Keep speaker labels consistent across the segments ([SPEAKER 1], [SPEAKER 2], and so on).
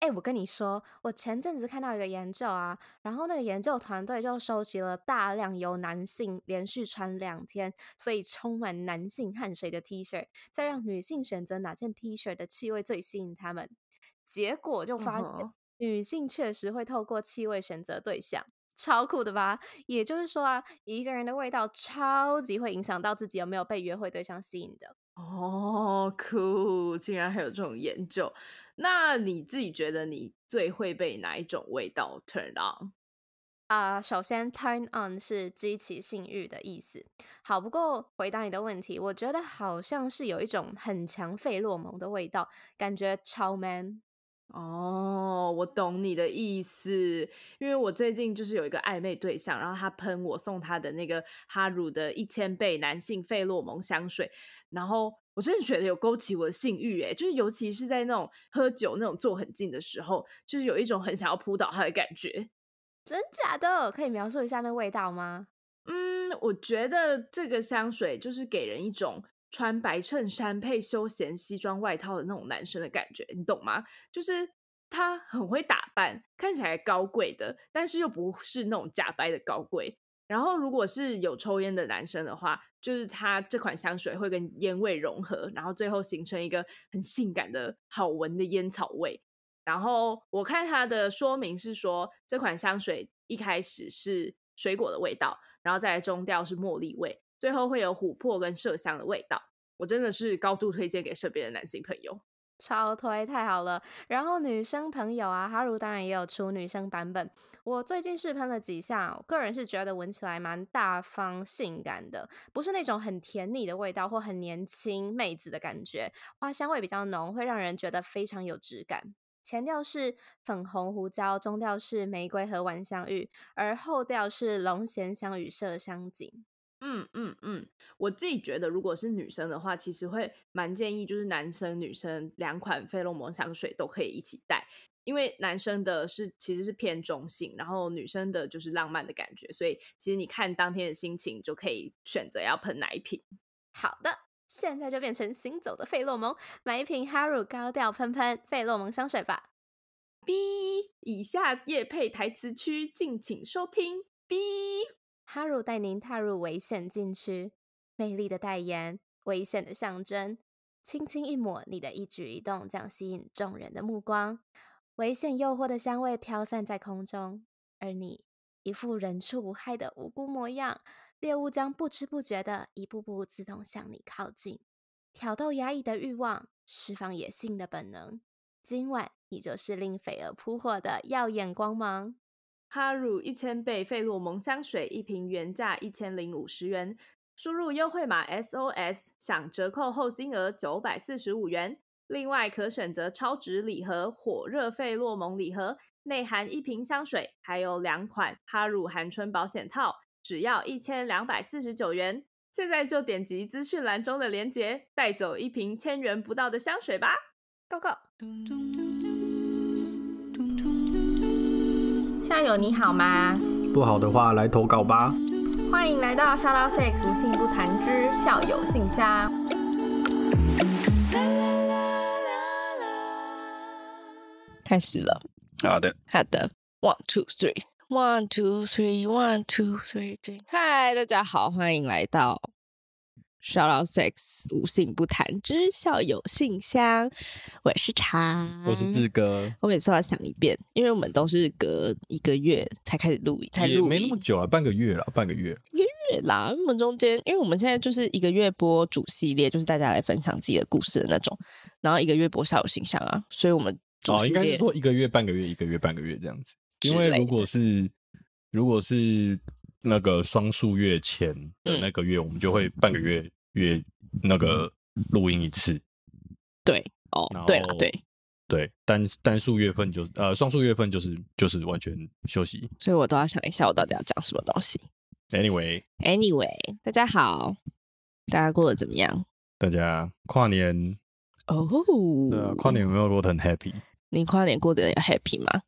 [SPEAKER 1] 哎，我跟你说，我前阵子看到一个研究啊，然后那个研究团队就收集了大量由男性连续穿两天，所以充满男性汗水的 T 恤，再让女性选择哪件 T 恤的气味最吸引她们。结果就
[SPEAKER 2] 嗯
[SPEAKER 1] 发现，
[SPEAKER 2] 哼，
[SPEAKER 1] 女性确实会透过气味选择对象，超酷的吧？也就是说啊，一个人的味道超级会影响到自己有没有被约会对象吸引的。
[SPEAKER 2] 哦，酷，竟然还有这种研究。那你自己觉得你最会被哪一种味道 turn on？
[SPEAKER 1] 啊、首先，turn on 是激起性欲的意思。好，不过回答你的问题，我觉得好像是有一种很强费洛蒙的味道，感觉超 man。
[SPEAKER 2] 哦，我懂你的意思，因为我最近就是有一个暧昧对象，然后他喷我送他的那个哈乳的一千倍男性费洛蒙香水，然后我真的觉得有勾起我的性欲，诶，就是尤其是在那种喝酒那种坐很近的时候，就是有一种很想要扑倒他的感觉。
[SPEAKER 1] 真假的？可以描述一下那味道吗？
[SPEAKER 2] 嗯，我觉得这个香水就是给人一种穿白衬衫配休闲西装外套的那种男生的感觉，你懂吗？就是他很会打扮，看起来高贵的，但是又不是那种假掰的高贵。然后，如果是有抽烟的男生的话，就是他这款香水会跟烟味融合，然后最后形成一个很性感的好闻的烟草味。然后我看它的说明是说，这款香水一开始是水果的味道，然后再来中调是茉莉味，最后会有琥珀跟麝香的味道。我真的是高度推荐给身边的男性朋友。
[SPEAKER 1] 超推，太好了！然后女生朋友啊，哈如当然也有出女生版本。我最近试喷了几下，我个人是觉得闻起来蛮大方、性感的，不是那种很甜腻的味道或很年轻妹子的感觉。花香味比较浓，会让人觉得非常有质感。前调是粉红胡椒，中调是玫瑰和晚香玉，而后调是龙涎香与麝香锦。
[SPEAKER 2] 嗯嗯嗯，我自己觉得，如果是女生的话，其实会蛮建议，就是男生女生两款费洛蒙香水都可以一起带，因为男生的是其实是偏中性，然后女生的就是浪漫的感觉，所以其实你看当天的心情就可以选择要喷哪一瓶。
[SPEAKER 1] 好的，现在就变成行走的费洛蒙，买一瓶哈乳高调喷喷费洛蒙香水吧。
[SPEAKER 2] B 以下夜配台词区，敬请收听。B
[SPEAKER 1] 哈乳带您踏入危险禁区，魅力的代言，危险的象征。轻轻一抹，你的一举一动将吸引众人的目光。危险诱惑的香味飘散在空中，而你一副人畜无害的无辜模样，猎物将不知不觉的一步步自动向你靠近，挑逗压抑的欲望，释放野性的本能。今晚你就是令飞蛾扑火的耀眼光芒。
[SPEAKER 2] 哈乳一千倍费洛蒙香水一瓶原价一千零五十元，输入优惠码 SOS 享折扣后金额九百四十五元。另外可选择超值礼盒、火热费洛蒙礼盒，内含一瓶香水，还有两款哈乳含春保险套，只要一千两百四十九元。现在就点击资讯栏中的链接，带走一瓶千元不到的香水吧！
[SPEAKER 1] Go go！
[SPEAKER 3] Dum dum dum dum dum dum
[SPEAKER 1] 校友你好吗？
[SPEAKER 4] 不好的话来投稿吧。
[SPEAKER 1] 欢迎来到 Shout Out Sex 无性不谈之校友信箱。
[SPEAKER 5] 开始了。
[SPEAKER 4] 好的，
[SPEAKER 5] 好的，one two three，one two three，one two three three。嗨，大家好，欢迎来到 Shout Out Sex 无性不谈之校友信箱。我是茶，
[SPEAKER 4] 我是志。哥，
[SPEAKER 5] 我每次都要想一遍，因为我们都是隔一个月才开始录，才
[SPEAKER 4] 也
[SPEAKER 5] 录
[SPEAKER 4] 没那
[SPEAKER 5] 音
[SPEAKER 4] 么久了，啊半个月了，半个月。
[SPEAKER 5] 对啦。因为我们中间，因为我们现在就是一个月播主系列，就是大家来分享自己的故事的那种，然后一个月播校友信箱啊，所以我们主
[SPEAKER 4] 哦，
[SPEAKER 5] 系
[SPEAKER 4] 应该是
[SPEAKER 5] 列
[SPEAKER 4] 说一个月、半个月、一个月、半个月这样子。
[SPEAKER 5] 之
[SPEAKER 4] 因为
[SPEAKER 5] 类
[SPEAKER 4] 如
[SPEAKER 5] 的。
[SPEAKER 4] 果是如果是那个双数月前的
[SPEAKER 5] 嗯
[SPEAKER 4] 那个月，我们就会半个月月那个录音一次。
[SPEAKER 5] 对哦
[SPEAKER 4] 然，
[SPEAKER 5] 对啦，
[SPEAKER 4] 后
[SPEAKER 5] 对，
[SPEAKER 4] 对，单单数月份就呃双数月份就是就是完全休息。
[SPEAKER 5] 所以我都要想一下我到底要讲什么东西。
[SPEAKER 4] Anyway，
[SPEAKER 5] Anyway，大家好，大家过得怎么样？
[SPEAKER 4] 大家跨年
[SPEAKER 5] 哦、
[SPEAKER 4] 呃跨年有没
[SPEAKER 5] 嗯
[SPEAKER 4] 有过得很 happy？
[SPEAKER 5] 你跨年过得有 happy 吗？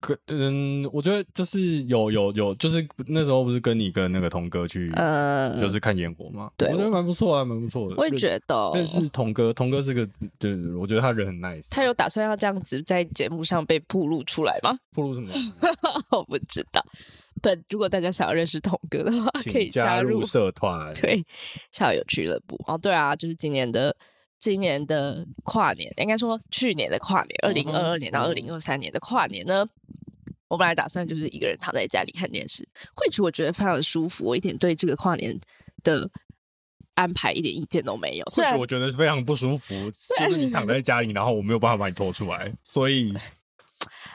[SPEAKER 4] 可嗯，我觉得就是有有有，就是那时候不是跟你跟那个童哥去，
[SPEAKER 2] 呃
[SPEAKER 4] 嗯就是看烟火嘛，
[SPEAKER 2] 对
[SPEAKER 4] 我觉得蛮不错啊，蛮不错的。
[SPEAKER 2] 我也觉
[SPEAKER 4] 得，
[SPEAKER 5] 哦
[SPEAKER 2] 得
[SPEAKER 4] 但是童哥，童哥是个，对，我觉得他人很 nice。啊
[SPEAKER 2] 他有打算要这样子在节目上被曝露出来 吗？
[SPEAKER 4] 暴露什么？
[SPEAKER 2] 我不知道。但如果大家想要认识童哥的话， 可以
[SPEAKER 4] 请
[SPEAKER 2] 入
[SPEAKER 4] 入社团。，
[SPEAKER 2] 对校友俱乐部。哦，对啊，就是今年的今年的跨年，应该说去年的跨年，二
[SPEAKER 4] 嗯
[SPEAKER 2] 零
[SPEAKER 4] 哼
[SPEAKER 2] 二二年到二
[SPEAKER 4] 嗯
[SPEAKER 2] 零二三年的跨年呢。我本来打算就是一个人躺在家里看电视，会主我觉得非常的舒服，我一点对这个跨年的安排一点意见都没有。虽
[SPEAKER 4] 或
[SPEAKER 2] 然
[SPEAKER 4] 许我觉得非常不舒服，
[SPEAKER 2] 虽
[SPEAKER 4] 就是你
[SPEAKER 2] 然
[SPEAKER 4] 躺在家里，然后我没有办法把你拖出来，所以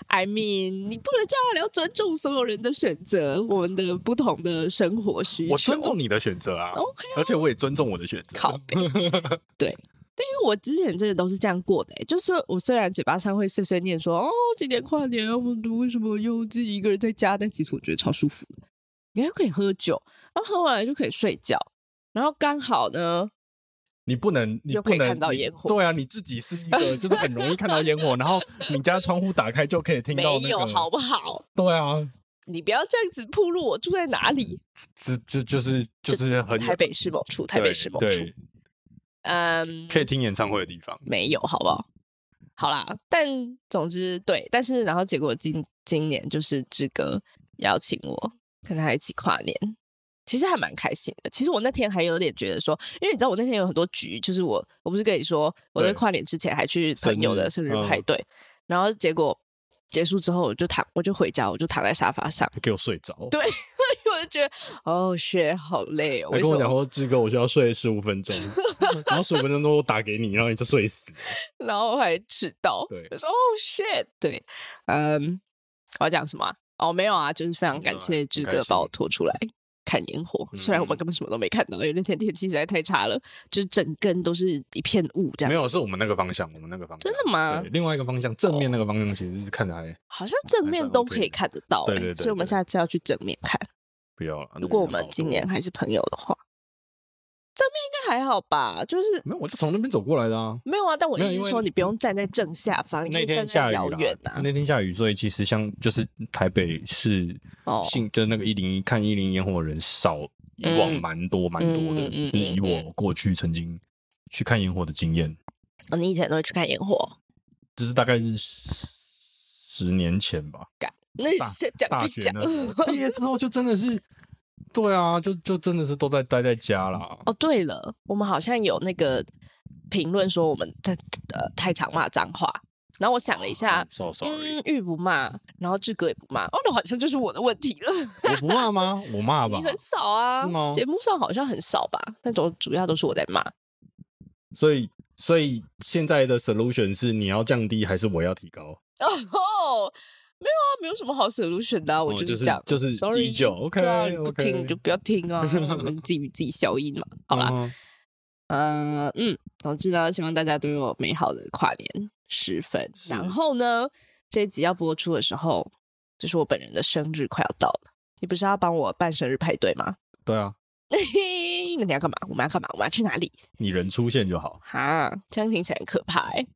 [SPEAKER 2] I mean，你不能这样，你要尊重所有人的选择，我们的不同的生活需求。
[SPEAKER 4] 我尊重你的选择啊，
[SPEAKER 2] OK 啊
[SPEAKER 4] 而且我也尊重我的选择。
[SPEAKER 2] 靠 背，对，但因为我之前真的都是这样过的、欸，就是我虽然嘴巴上会碎碎念说哦，今年跨年啊我们为什么又自己一个人在家，但其实我觉得超舒服的，然后可以喝酒，然后喝完了就可以睡觉，然后刚好呢，
[SPEAKER 4] 你不能，你
[SPEAKER 2] 又
[SPEAKER 4] 不
[SPEAKER 2] 可以
[SPEAKER 4] 能
[SPEAKER 2] 看到
[SPEAKER 4] 你
[SPEAKER 2] 烟火
[SPEAKER 4] 对啊，你自己是 一个，就是很容易看到烟火，然后你家窗户打开就可以听到、那个。
[SPEAKER 2] 没有好不好？
[SPEAKER 4] 对啊，
[SPEAKER 2] 你不要这样子铺路，我住在哪里？
[SPEAKER 4] 就就就是就是很
[SPEAKER 2] 台北市某处，台北市某
[SPEAKER 4] 对
[SPEAKER 2] 处，
[SPEAKER 4] 对
[SPEAKER 2] 嗯，
[SPEAKER 4] 可以听演唱会的地方。
[SPEAKER 2] 没有，好不好？好啦，但总之对，但是然后结果今今年就是志哥邀请我跟他一起跨年，其实还蛮开心的。其实我那天还有点觉得说，因为你知道我那天有很多局，就是我我不是跟你说我在
[SPEAKER 4] 对
[SPEAKER 2] 跨年之前还去
[SPEAKER 4] 生
[SPEAKER 2] 朋友的
[SPEAKER 4] 日
[SPEAKER 2] 生日
[SPEAKER 4] 嗯
[SPEAKER 2] 派对，然后结果结束之后我就躺我就回家我就躺在沙发上，
[SPEAKER 4] 给我睡着，
[SPEAKER 2] 对，所以我就觉得哦，血好累哦，
[SPEAKER 4] 还
[SPEAKER 2] 为
[SPEAKER 4] 跟
[SPEAKER 2] 什
[SPEAKER 4] 我讲
[SPEAKER 2] 么？
[SPEAKER 4] 说志哥，我需要睡十五分 钟，然后十五分钟之后我打给你，然后你就睡死。
[SPEAKER 2] 然后还迟到。
[SPEAKER 4] 对
[SPEAKER 2] 我说哦、shit，对，嗯，我要讲什么啊、哦，没有啊，就是非常
[SPEAKER 4] 没
[SPEAKER 2] 感
[SPEAKER 4] 有啊
[SPEAKER 2] 谢
[SPEAKER 4] 很
[SPEAKER 2] 志
[SPEAKER 4] 开
[SPEAKER 2] 哥把我
[SPEAKER 4] 心
[SPEAKER 2] 拖出来看烟火，虽然我们
[SPEAKER 4] 嗯
[SPEAKER 2] 根本什么都没看到，因为那天天气实在太差了，就是整根都是一片雾这样。
[SPEAKER 4] 没有，是我们那个方向，我们那个方向。
[SPEAKER 2] 真的吗
[SPEAKER 4] 对另外一个方向，正面那个方向其实是看着还
[SPEAKER 2] 好像正
[SPEAKER 4] 还
[SPEAKER 2] 面
[SPEAKER 4] 算
[SPEAKER 2] 都
[SPEAKER 4] OK
[SPEAKER 2] 可以
[SPEAKER 4] 的
[SPEAKER 2] 看得到、欸，
[SPEAKER 4] 对对对
[SPEAKER 2] 所以我们
[SPEAKER 4] 对
[SPEAKER 2] 下次要去正面看。
[SPEAKER 4] 不要了。
[SPEAKER 2] 如果我
[SPEAKER 4] 那个
[SPEAKER 2] 们
[SPEAKER 4] 好
[SPEAKER 2] 今
[SPEAKER 4] 多
[SPEAKER 2] 年还是朋友的话，正面应该还好吧？就是
[SPEAKER 4] 没有，我就从那边走过来的啊。
[SPEAKER 2] 没有啊，但我
[SPEAKER 4] 没有
[SPEAKER 2] 意思
[SPEAKER 4] 因
[SPEAKER 2] 是
[SPEAKER 4] 为
[SPEAKER 2] 说你不用站在正下方，你可
[SPEAKER 4] 那
[SPEAKER 2] 以站
[SPEAKER 4] 天
[SPEAKER 2] 在
[SPEAKER 4] 下
[SPEAKER 2] 遥
[SPEAKER 4] 雨啦
[SPEAKER 2] 远啊。
[SPEAKER 4] 那天下雨，所以其实像就是台北市
[SPEAKER 2] 哦
[SPEAKER 4] 信，就是那个一零一看一零烟火的人少，以往
[SPEAKER 2] 嗯
[SPEAKER 4] 蛮多蛮多的，
[SPEAKER 2] 嗯嗯
[SPEAKER 4] 就是以
[SPEAKER 2] 嗯
[SPEAKER 4] 我过去曾经去看烟火的经验，
[SPEAKER 2] 哦你以前都会去看烟火，
[SPEAKER 4] 就是大概是十十年前吧，
[SPEAKER 2] 那
[SPEAKER 4] 大
[SPEAKER 2] 是讲
[SPEAKER 4] 大
[SPEAKER 2] 不
[SPEAKER 4] 学
[SPEAKER 2] 讲？
[SPEAKER 4] 那时 候 毕业之后就真的是，对啊，就就真的是都在待在家啦。
[SPEAKER 2] 哦，对了，我们好像有那个评论说我们太呃太常骂脏话，然后我想了一下
[SPEAKER 4] I'm，so 哦 sorry，
[SPEAKER 2] 嗯，玉不骂，然后志哥也不骂，哦，那好像就是我的问题了。
[SPEAKER 4] 我不骂吗？我骂吧
[SPEAKER 2] 你，很少啊
[SPEAKER 4] 是吗，
[SPEAKER 2] 节目上好像很少吧，但总主要都是我在 骂。
[SPEAKER 4] 所以所以现在的 solution 是你要降低还是我要提高？
[SPEAKER 2] 哦，没有啊，没有什么好 solution 的啊、我
[SPEAKER 4] 哦
[SPEAKER 2] 就
[SPEAKER 4] 就是
[SPEAKER 2] 这样，
[SPEAKER 4] 就是
[SPEAKER 2] sorry，
[SPEAKER 4] 依旧，OK，
[SPEAKER 2] 对啊，你不听
[SPEAKER 4] OK
[SPEAKER 2] 你就不要听啊，我们自己自己消音嘛，好啦。
[SPEAKER 4] 嗯
[SPEAKER 2] 呃，嗯，总之呢，希望大家都有美好的跨年时分。然
[SPEAKER 4] 是
[SPEAKER 2] 后呢，这一集要播出的时候，就是我本人的生日快要到了。你不是要帮我办生日派对吗？
[SPEAKER 4] 对啊，
[SPEAKER 2] 那你要干嘛？我们要干嘛？我们要去哪里？
[SPEAKER 4] 你人出现就好，
[SPEAKER 2] 哈，这样听起来很可怕、欸。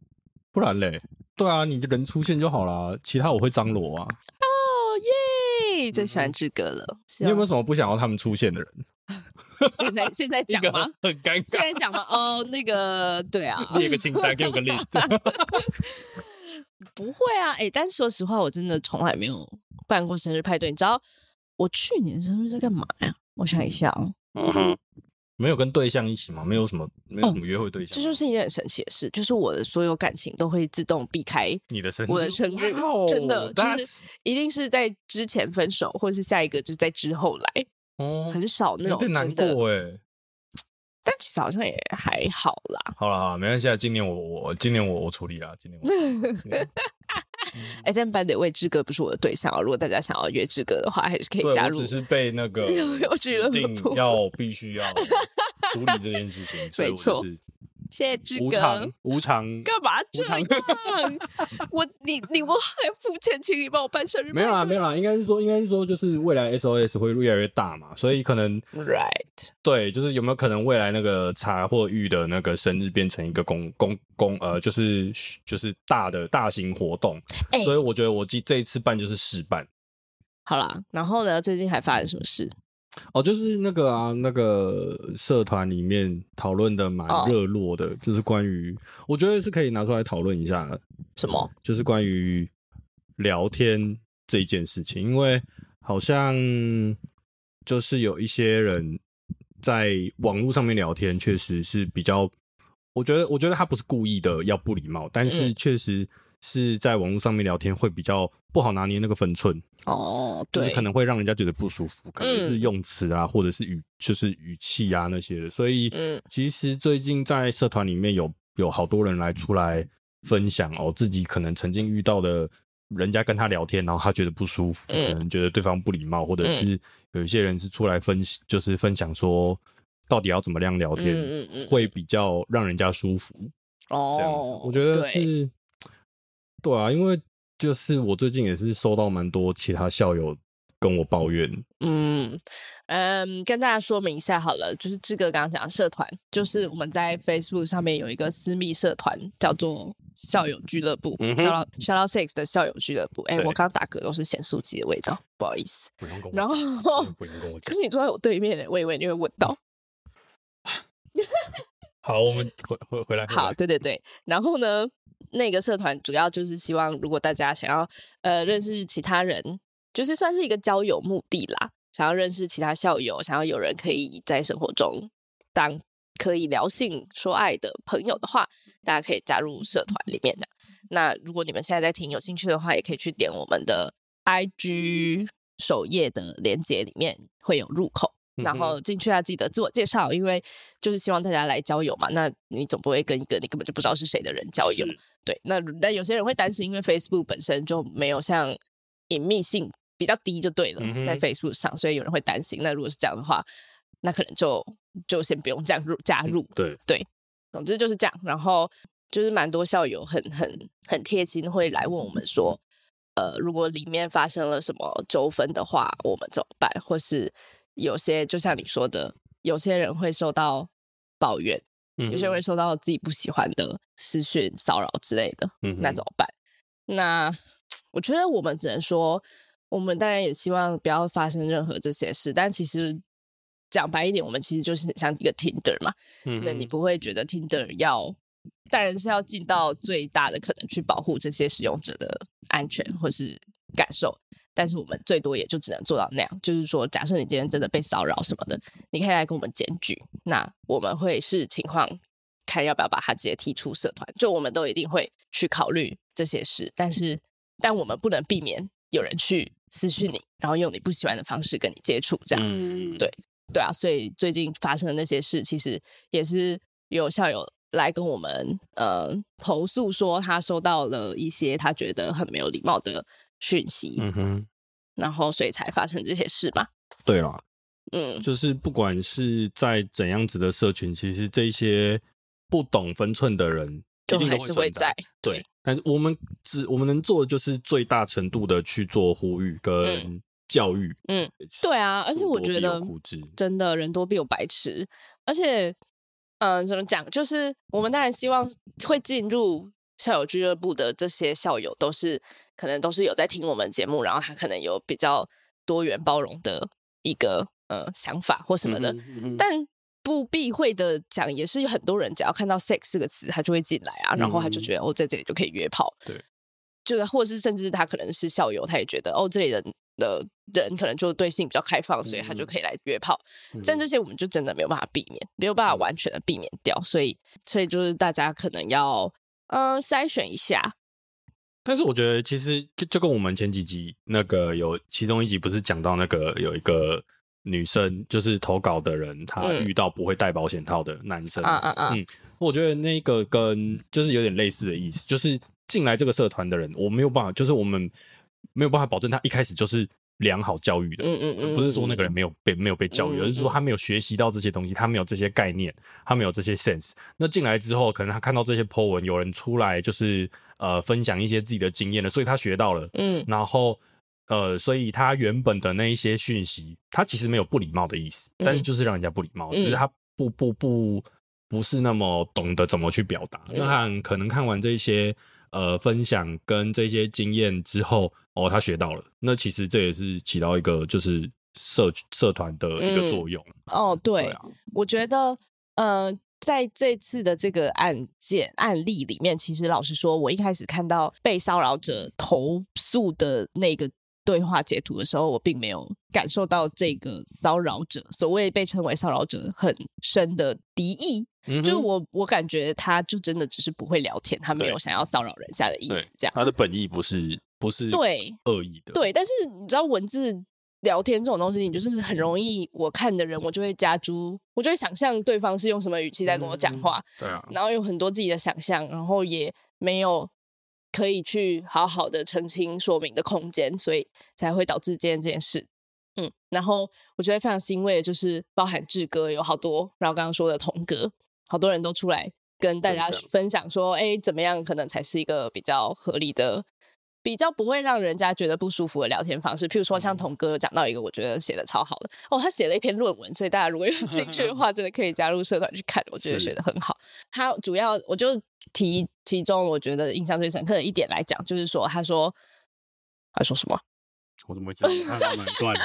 [SPEAKER 4] 不然嘞，对啊，你人出现就好啦，其他我会张罗啊。
[SPEAKER 2] 哦耶！最喜欢志哥了。希
[SPEAKER 4] 嗯你有没有
[SPEAKER 2] 望
[SPEAKER 4] 什么不想要他们出现的人？
[SPEAKER 2] 现在现 在讲吗？？
[SPEAKER 4] 很尴
[SPEAKER 2] 现在
[SPEAKER 4] 尬。
[SPEAKER 2] 讲吗？哦，那个对啊，
[SPEAKER 4] 列个清单，给我个 list。
[SPEAKER 2] 不会啊，哎、但是说实话，我真的从来没有办过生日派对。你知道我去年生日在干嘛呀？我想
[SPEAKER 4] 嗯
[SPEAKER 2] 一下哦，
[SPEAKER 4] 没有跟对象一起吗？没有什么，没有什么约会对象吗。
[SPEAKER 2] 哦这就是一件很神奇的事，就是我的所有感情都会自动避开
[SPEAKER 4] 你的生日，
[SPEAKER 2] 我的生日，
[SPEAKER 4] 哇哦
[SPEAKER 2] 真的就
[SPEAKER 4] that's-
[SPEAKER 2] 是一定是在之前分手，或者是下一个就是在之后来，
[SPEAKER 4] 哦，
[SPEAKER 2] 很少那
[SPEAKER 4] 有
[SPEAKER 2] 种
[SPEAKER 4] 点难
[SPEAKER 2] 真的。
[SPEAKER 4] 过哎。
[SPEAKER 2] 但其实好像也还好啦。
[SPEAKER 4] 好了好了，没关系啊，今年我我我今年我我处理了，今年我。今年嗯
[SPEAKER 2] 哎、但班得为志哥不是我的对象哦。如果大家想要约志哥的话，还 是可以
[SPEAKER 4] 对，
[SPEAKER 2] 加
[SPEAKER 4] 我
[SPEAKER 2] 入
[SPEAKER 4] 只。是 被那个
[SPEAKER 2] 有有俱乐
[SPEAKER 4] 指定
[SPEAKER 2] 部
[SPEAKER 4] 要必须要处理这件事情，所以
[SPEAKER 2] 没
[SPEAKER 4] 我
[SPEAKER 2] 错
[SPEAKER 4] 就是
[SPEAKER 2] 谢谢志
[SPEAKER 4] 无
[SPEAKER 2] 哥
[SPEAKER 4] 偿。无偿
[SPEAKER 2] 干嘛这
[SPEAKER 4] 常
[SPEAKER 2] 样？我你你我还付钱请你帮我办生日派对？
[SPEAKER 4] 没有啦，啊没有啦，应该是说，应该是说，就是未来 SOS 会越来越大嘛，所以可能
[SPEAKER 2] Right，
[SPEAKER 4] 对，就是有没有可能未来那个茶或玉的那个生日变成一个公公公呃，就是就是大的大型活动，
[SPEAKER 2] 哎
[SPEAKER 4] 所以我觉得我这这一次办就是试办
[SPEAKER 2] 好啦。然后呢？最近还发生什么事？
[SPEAKER 4] 哦，就是那个啊，那个社团里面讨论的蛮
[SPEAKER 2] 哦
[SPEAKER 4] 热络的，就是关于我觉得是可以拿出来讨论一下的，
[SPEAKER 2] 什么？
[SPEAKER 4] 就是关于聊天这一件事情，因为好像就是有一些人在网络上面聊天，确实是比较，我觉得，我觉得他不是故意的要不礼貌，但是
[SPEAKER 2] 嗯
[SPEAKER 4] 确实是在网络上面聊天会比较不好拿捏那个分寸，
[SPEAKER 2] 哦，
[SPEAKER 4] 就是
[SPEAKER 2] 对，
[SPEAKER 4] 可能会让人家觉得不舒服，可能是
[SPEAKER 2] 嗯
[SPEAKER 4] 用词啊，或者是语就是语气啊那些的，所以
[SPEAKER 2] 嗯
[SPEAKER 4] 其实最近在社团里面有有好多人来出来分享哦，自己可能曾经遇到的人家跟他聊天，然后他觉得不舒服，
[SPEAKER 2] 嗯
[SPEAKER 4] 可能觉得对方不礼貌，或者
[SPEAKER 2] 嗯
[SPEAKER 4] 是有一些人是出来分析，就是分享说到底要怎么样聊天，
[SPEAKER 2] 嗯嗯嗯
[SPEAKER 4] 会比较让人家舒服。
[SPEAKER 2] 哦，
[SPEAKER 4] 这样子，我觉得
[SPEAKER 2] 对
[SPEAKER 4] 是，对啊，因为就是我最近也是收到蛮多其他校友跟我抱怨，
[SPEAKER 2] 嗯嗯，跟大家说明一下好了，就是志哥刚刚讲的社团，就是我们在 Facebook 上面有一个私密社团，叫做校友俱乐部、
[SPEAKER 4] 嗯哼
[SPEAKER 2] s h o u t out Shout out Six 的校友俱乐部。哎、
[SPEAKER 4] 对
[SPEAKER 2] 我刚打嗝都是咸酥鸡的味道，不好意思。
[SPEAKER 4] 不用跟我
[SPEAKER 2] 然
[SPEAKER 4] 讲，
[SPEAKER 2] 后
[SPEAKER 4] 真的不用跟
[SPEAKER 2] 可
[SPEAKER 4] 我讲
[SPEAKER 2] 是。你坐在我对面，我以为你会闻到。
[SPEAKER 4] 好，我们回回回来。回
[SPEAKER 2] 好，
[SPEAKER 4] 来，
[SPEAKER 2] 对对对。然后呢，那个社团主要就是希望，如果大家想要呃认识其他人，就是算是一个交友目的啦，想要认识其他校友，想要有人可以在生活中当可以聊性说爱的朋友的话，大家可以加入社团里面的。那如果你们现在在听，有兴趣的话，也可以去点我们的 IG 首页的链接，里面会有入口。然
[SPEAKER 4] 嗯哼
[SPEAKER 2] 后进去啊要记得自我介绍，因为就是希望大家来交友嘛。那你总不会跟一个你根本就不知道是谁的人交友
[SPEAKER 4] 是，
[SPEAKER 2] 对。那那有些人会担心，因为 Facebook 本身就没有像隐秘性比较低就对了，
[SPEAKER 4] 嗯哼
[SPEAKER 2] 在 Facebook 上，所以有人会担心。那如果是这样的话，那可能就就先不用这样入加入。
[SPEAKER 4] 嗯对，
[SPEAKER 2] 总之就是这样。然后就是蛮多校友很很很贴心，会来问我们说，呃，如果里面发生了什么纠纷的话，我们怎么办？或是有些就像你说的，有些人会受到抱怨，
[SPEAKER 4] 有
[SPEAKER 2] 有些人会受到自己不喜欢的私讯骚扰之类的。那怎么办？那我觉得我们只能说，我们当然也希望不要发生任何这些事，但其实讲白一点，我们其实就是很像一个 Tinder 嘛。
[SPEAKER 4] 嗯哼，
[SPEAKER 2] 那你不会觉得 Tinder 要，当然是要尽到最大的可能去保护这些使用者的安全或是感受。但是我们最多也就只能做到那样，就是说，假设你今天真的被骚扰什么的，你可以来跟我们检举，那我们会视情况看要不要把他直接踢出社团。就我们都一定会去考虑这些事，但是但我们不能避免有人去私讯你，然后用你不喜欢的方式跟你接触，这样。
[SPEAKER 4] 嗯
[SPEAKER 2] 对对啊，所以最近发生的那些事，其实也是有校友来跟我们呃投诉说，他收到了一些他觉得很没有礼貌的讯息，
[SPEAKER 4] 嗯哼，
[SPEAKER 2] 然后所以才发生这些事嘛。
[SPEAKER 4] 对啦，
[SPEAKER 2] 嗯，
[SPEAKER 4] 就是不管是在怎样子的社群，其实这一些不懂分寸的人，
[SPEAKER 2] 就
[SPEAKER 4] 一定都
[SPEAKER 2] 还是会
[SPEAKER 4] 存在
[SPEAKER 2] 在。
[SPEAKER 4] 对，但是我们只我们能做的就是最大程度的去做呼吁跟
[SPEAKER 2] 嗯
[SPEAKER 4] 教育。
[SPEAKER 2] 嗯，对啊，而且我
[SPEAKER 4] 多必
[SPEAKER 2] 觉得
[SPEAKER 4] 有苦之
[SPEAKER 2] 真的人多必有白痴，而且，嗯、怎么讲？就是我们当然希望会进入校友俱乐部的这些校友，都是可能都是有在听我们节目，然后他可能有比较多元包容的一个呃想法或
[SPEAKER 4] 嗯
[SPEAKER 2] 什么的，但。不避讳的讲，也是有很多人只要看到 sex 这个词，他就会进来啊，然后他就
[SPEAKER 4] 嗯
[SPEAKER 2] 觉得、哦，在这里就可以约炮，
[SPEAKER 4] 对，
[SPEAKER 2] 就是或是甚至他可能是校友，他也觉得哦，这里人的人可能就对性比较开放，所以他就
[SPEAKER 4] 嗯
[SPEAKER 2] 可以来约炮。
[SPEAKER 4] 嗯
[SPEAKER 2] 但这些我们就真的没有办法避免，没有办法完全的避免掉，所以所以就是大家可能要呃筛选一下，
[SPEAKER 4] 但是我觉得其实就就跟我们前几集那个有其中一集不是讲到那个有一个女生就是投稿的人，她
[SPEAKER 2] 嗯
[SPEAKER 4] 遇到不会戴保险套的男生，
[SPEAKER 2] 啊啊啊，
[SPEAKER 4] 嗯我觉得那个跟就是有点类似的意思，就是进来这个社团的人，我没有办法，就是我们没有办法保证他一开始就是良好教育的，
[SPEAKER 2] 嗯嗯嗯，
[SPEAKER 4] 不是说那个人
[SPEAKER 2] 嗯
[SPEAKER 4] 没有被没有被教育，
[SPEAKER 2] 嗯
[SPEAKER 4] 而是说他没有学习到这些东西，他没有这些概念，他没有这些 sense。那进来之后，可能他看到这些 po 文，有人出来就是呃分享一些自己的经验了，所以他学到了，
[SPEAKER 2] 嗯
[SPEAKER 4] 然后呃，所以他原本的那一些讯息，他其实没有不礼貌的意思，但是
[SPEAKER 2] 嗯
[SPEAKER 4] 就是让人家不礼貌，
[SPEAKER 2] 嗯
[SPEAKER 4] 只是他不不不不是那么懂得怎么去表达。那
[SPEAKER 2] 嗯
[SPEAKER 4] 他可能看完这些呃分享跟这些经验之后，哦，他学到了。那其实这也是起到一个就是社社团的一
[SPEAKER 2] 嗯
[SPEAKER 4] 个作用。
[SPEAKER 2] 哦，对，
[SPEAKER 4] 对啊，
[SPEAKER 2] 我觉得，呃，在这次的这个案件案例里面，其实老实说，我一开始看到被骚扰者投诉的那个对话截图的时候，我并没有感受到这个骚扰者所谓被称为骚扰者很深的敌意。
[SPEAKER 4] 嗯
[SPEAKER 2] 就是
[SPEAKER 4] 哼
[SPEAKER 2] 我，我感觉他就真的只是不会聊天，他没
[SPEAKER 4] 对
[SPEAKER 2] 有想要骚扰人家的意
[SPEAKER 4] 对
[SPEAKER 2] 思，这样。
[SPEAKER 4] 他的本意不是不是
[SPEAKER 2] 对
[SPEAKER 4] 恶意的，
[SPEAKER 2] 对，但是你知道文字聊天这种东西，你就是很容易，我看的人我就会加诸，我就会想象对方是用什么语气在跟我讲话，
[SPEAKER 4] 对啊，
[SPEAKER 2] 然后有很多自己的想象，然后也没有可以去好好的澄清说明的空间，所以才会导致今天这件事。嗯，然后我觉得非常欣慰，的就是包含志哥有好多，然后刚刚说的童哥，好多人都出来跟大家
[SPEAKER 4] 分享
[SPEAKER 2] 分享说，哎，怎么样可能才是一个比较合理的、比较不会让人家觉得不舒服的聊天方式。譬如
[SPEAKER 4] 嗯
[SPEAKER 2] 说，像童哥有讲到一个，我觉得写的超好的哦，他写了一篇论文，所以大家如果有 兴趣的话，真的可以加入社团去看，我觉得
[SPEAKER 4] 是
[SPEAKER 2] 写的很好。他主要我就提其中我觉得印象最深刻的一点来讲，就是说，他说他说什么？
[SPEAKER 4] 我怎么会知道？他他蛮怪的，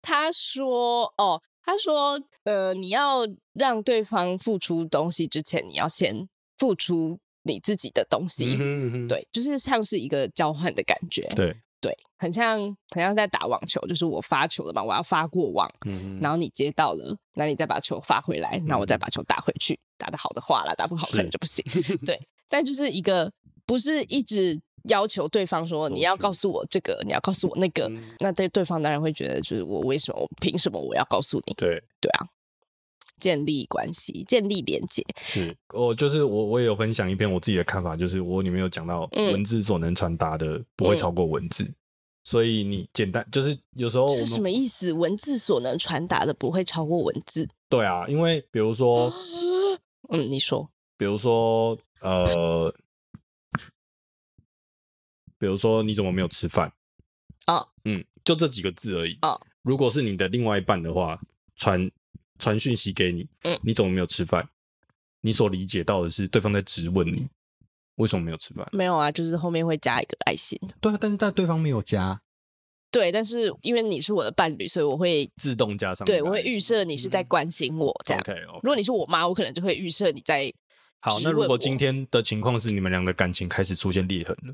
[SPEAKER 2] 他说：“哦，他说，呃，你要让对方付出东西之前，你要先付出你自己的东西。
[SPEAKER 4] 嗯哼嗯哼
[SPEAKER 2] 对，就是像是一个交换的感觉，
[SPEAKER 4] 对，
[SPEAKER 2] 对，很像很像在打网球，就是我发球了嘛，我要发过网，
[SPEAKER 4] 嗯哼
[SPEAKER 2] 然后你接到了，那你再把球发回来，那我再把球打回去。打得好的话啦，打不好可能
[SPEAKER 4] 是
[SPEAKER 2] 就不 行。对，但就是一个不是一直要求对方说
[SPEAKER 4] 索
[SPEAKER 2] 你要
[SPEAKER 4] 取
[SPEAKER 2] 告诉我这个，你要告诉我那个，
[SPEAKER 4] 嗯
[SPEAKER 2] 那对对方当然会觉得就是我为什么我凭什么我要告诉你？
[SPEAKER 4] 对。
[SPEAKER 2] 对啊，建立关系，建立连接，
[SPEAKER 4] 是我哦就是我，我也有分享一篇我自己的看法，就是我里面有讲到
[SPEAKER 2] 嗯
[SPEAKER 4] 文字所能传达的不会
[SPEAKER 2] 嗯
[SPEAKER 4] 超过文字，所以你简单就是有时候哦我
[SPEAKER 2] 这是
[SPEAKER 4] 们
[SPEAKER 2] 什么意思？文字所能传达的不会超过文字。
[SPEAKER 4] 对啊，因为比 如说，
[SPEAKER 2] 嗯，你说，
[SPEAKER 4] 比如说呃，比如说你怎么没有吃饭？
[SPEAKER 2] 哦，
[SPEAKER 4] 嗯，就这几个字而已。
[SPEAKER 2] 哦，
[SPEAKER 4] 如果是你的另外一半的话，传传讯息给你，
[SPEAKER 2] 嗯
[SPEAKER 4] 你怎么没有吃饭？你所理解到的是对方在质问你为什么没有吃饭。
[SPEAKER 2] 没有啊，就是后面会加一个爱心。
[SPEAKER 4] 对啊，但是但对方没有加，
[SPEAKER 2] 哦对，但是因为你是我的伴侣，所以我会
[SPEAKER 4] 自动加上一个
[SPEAKER 2] 对
[SPEAKER 4] 爱心。嗯
[SPEAKER 2] 我会预设你是在关心我这样。
[SPEAKER 4] OK 哦
[SPEAKER 2] 如。果你是我妈，我可能就会预设你在
[SPEAKER 4] 好，
[SPEAKER 2] 质
[SPEAKER 4] 那如
[SPEAKER 2] 问
[SPEAKER 4] 果
[SPEAKER 2] 我
[SPEAKER 4] 今天的情况是你们俩的感情开始出现裂痕了，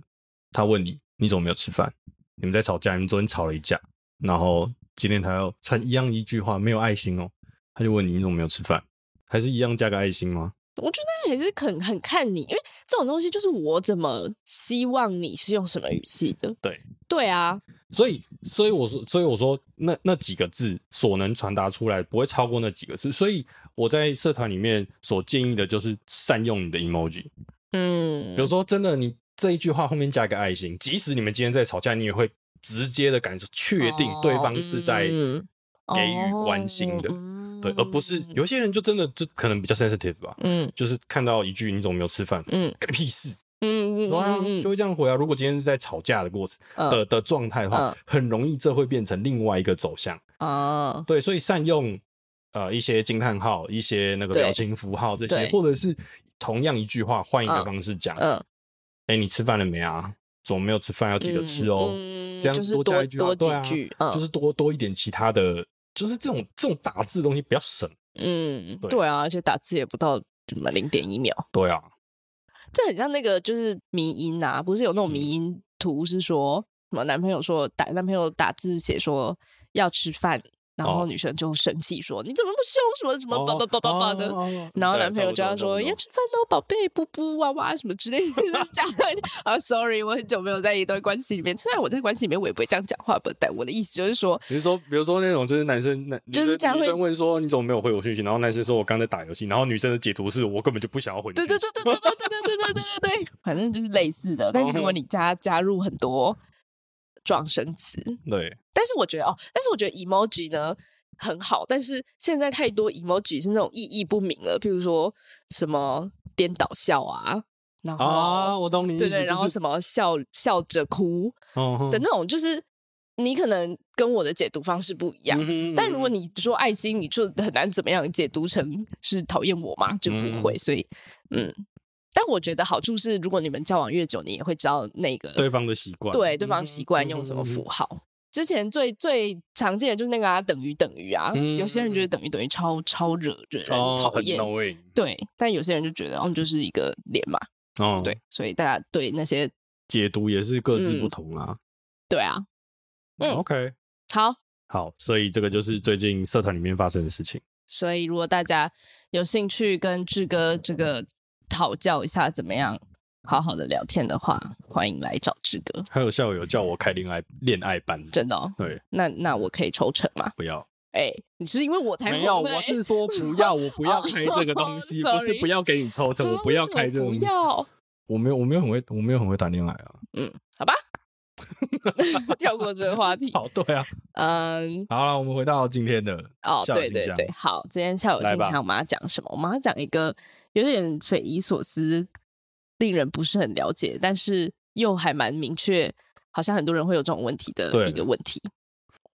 [SPEAKER 4] 他问你你怎么没有吃饭？你们在吵架，你们昨天吵了一架，然后今天他要穿一样一句话，没有爱心哦，他就问你你怎么没有吃饭？还是一样加个爱心吗？
[SPEAKER 2] 我觉得还是很很看你，因为这种东西就是我怎么希望你是用什么语气的。
[SPEAKER 4] 对，
[SPEAKER 2] 对啊，
[SPEAKER 4] 所以，所以我说，所以我说，那那几个字所能传达出来，不会超过那几个字。所以我在社团里面所建议的就是善用你的 emoji，
[SPEAKER 2] 嗯，
[SPEAKER 4] 比如说，真的，你这一句话后面加个爱心，即使你们今天在吵架，你也会直接的感受确定对方是在
[SPEAKER 2] 哦嗯
[SPEAKER 4] 给予关心的，
[SPEAKER 2] 哦
[SPEAKER 4] 对，而不是有些人就真的就可能比较 sensitive 吧，
[SPEAKER 2] 嗯
[SPEAKER 4] 就是看到一句你怎么没有吃饭，
[SPEAKER 2] 嗯
[SPEAKER 4] 干你屁事，
[SPEAKER 2] 嗯嗯
[SPEAKER 4] 对啊，
[SPEAKER 2] 嗯
[SPEAKER 4] 就会这样回啊。如果今天是在吵架的过程
[SPEAKER 2] 嗯
[SPEAKER 4] 的的状态的话
[SPEAKER 2] 嗯，
[SPEAKER 4] 很容易这会变成另外一个走向。
[SPEAKER 2] 啊，
[SPEAKER 4] 对，所以善用呃一些惊叹号、一些那个
[SPEAKER 2] 对
[SPEAKER 4] 表情符号这些
[SPEAKER 2] 对，
[SPEAKER 4] 或者是同样一句话换一个
[SPEAKER 2] 嗯
[SPEAKER 4] 方式讲，
[SPEAKER 2] 嗯，
[SPEAKER 4] 哎、你吃饭了没啊？怎么没有吃饭？要记得吃哦。
[SPEAKER 2] 嗯嗯
[SPEAKER 4] 这样
[SPEAKER 2] 就是
[SPEAKER 4] 多加
[SPEAKER 2] 多
[SPEAKER 4] 一句话，
[SPEAKER 2] 多
[SPEAKER 4] 对啊
[SPEAKER 2] 几句嗯
[SPEAKER 4] 就是多多一点其他的，就是这种这种打字的东西比较省。
[SPEAKER 2] 嗯，
[SPEAKER 4] 对
[SPEAKER 2] 对啊，而且打字也不到什么零点一秒，
[SPEAKER 4] 对啊，
[SPEAKER 2] 这很像那个就是迷音啊，不是有那种
[SPEAKER 4] 嗯
[SPEAKER 2] 迷音图是说什么男朋友说打男朋友打字写说要吃饭，然后
[SPEAKER 4] 哦
[SPEAKER 2] 女生就生气说你怎么不凶什么什么叭叭叭叭叭的，
[SPEAKER 4] 哦
[SPEAKER 2] 然后男朋友就要说要，吃饭哦，宝贝，布布娃娃什么之类的，就是这样。啊，sorry，我很久没有在一段关系里面，虽然我在关系里面我也不会这样讲话，不，但我的意思就是说，
[SPEAKER 4] 比如说，比如说那种就是男生男
[SPEAKER 2] 就是
[SPEAKER 4] 女生
[SPEAKER 2] 这样
[SPEAKER 4] 女
[SPEAKER 2] 会
[SPEAKER 4] 生问说你怎么没有回我讯息，然后男生说我刚在打游戏，然后女生的解读是我根本就不想要回你
[SPEAKER 2] 对
[SPEAKER 4] 讯息。
[SPEAKER 2] 对对对对对对
[SPEAKER 4] 哦
[SPEAKER 2] 对对对对对对，反正就是类似的。但是如果你加加入很多撞声词。
[SPEAKER 4] 对，
[SPEAKER 2] 但是我觉得哦，但是我觉得 emoji 呢很好，但是现在太多 emoji 是那种意义不明了，譬如说什么颠倒笑啊，然后、
[SPEAKER 4] 啊，我懂你意思，
[SPEAKER 2] 对对，然后
[SPEAKER 4] 就是
[SPEAKER 2] 什么笑笑着哭
[SPEAKER 4] 哦哼
[SPEAKER 2] 的那种，就是你可能跟我的解读方式不一样。
[SPEAKER 4] 嗯哼
[SPEAKER 2] 但如果
[SPEAKER 4] 嗯
[SPEAKER 2] 你说爱心，你就很难怎么样解读成是讨厌我嘛，就不会。所以，嗯，但我觉得好处是，如果你们交往越久，你也会知道那个
[SPEAKER 4] 哼对方的习惯，
[SPEAKER 2] 对对
[SPEAKER 4] 嗯
[SPEAKER 2] 方
[SPEAKER 4] 哼
[SPEAKER 2] 习惯用什么符，号。之前最最常见的就是那个啊，等于等于啊，
[SPEAKER 4] 嗯
[SPEAKER 2] 有些人觉得等于等于超超惹惹人
[SPEAKER 4] 哦
[SPEAKER 2] 讨厌，
[SPEAKER 4] 厌
[SPEAKER 2] 对，但有些人就觉得，嗯，就是一个脸嘛，
[SPEAKER 4] 哦，
[SPEAKER 2] 对，，所以大家对那些，
[SPEAKER 4] 解读也是各自
[SPEAKER 2] 嗯
[SPEAKER 4] 不同啊。
[SPEAKER 2] 对啊，嗯
[SPEAKER 4] OK，
[SPEAKER 2] 好，
[SPEAKER 4] 好，所以这个就是最近社团里面发生的事情。
[SPEAKER 2] 所以如果大家有兴趣跟志哥这个讨教一下怎么样好好的聊天的话，欢迎来找志哥，
[SPEAKER 4] 还有校友叫我开恋爱恋爱班，
[SPEAKER 2] 真的、哦。
[SPEAKER 4] 对，
[SPEAKER 2] 那那我可以抽成吗？
[SPEAKER 4] 不要，
[SPEAKER 2] 哎、你是因为我才
[SPEAKER 4] 没有，
[SPEAKER 2] 红的
[SPEAKER 4] 我
[SPEAKER 2] 欸
[SPEAKER 4] 是说不要，我 不要开这个东西，不是
[SPEAKER 2] Sorry
[SPEAKER 4] 不要给你抽成，我
[SPEAKER 2] 啊
[SPEAKER 4] 不
[SPEAKER 2] 为
[SPEAKER 4] 要
[SPEAKER 2] 什么
[SPEAKER 4] 开这个东
[SPEAKER 2] 不
[SPEAKER 4] 西。
[SPEAKER 2] 要，
[SPEAKER 4] 我没有，我没有很会，我没有很会谈恋爱啊。
[SPEAKER 2] 嗯好吧， 跳过这个话题。
[SPEAKER 4] 好，对啊。
[SPEAKER 2] 嗯，
[SPEAKER 4] 好了，我们回到今天的
[SPEAKER 2] 哦，
[SPEAKER 4] 校友
[SPEAKER 2] 对
[SPEAKER 4] 信
[SPEAKER 2] 对
[SPEAKER 4] 箱
[SPEAKER 2] 对，好，今天下午
[SPEAKER 4] 来
[SPEAKER 2] 信
[SPEAKER 4] 吧
[SPEAKER 2] 箱我们要讲什么？我们要讲一个有点匪夷所思、令人不是很了解，但是又还蛮明确，好像很多人会有这种问题的
[SPEAKER 4] 对
[SPEAKER 2] 一个问题。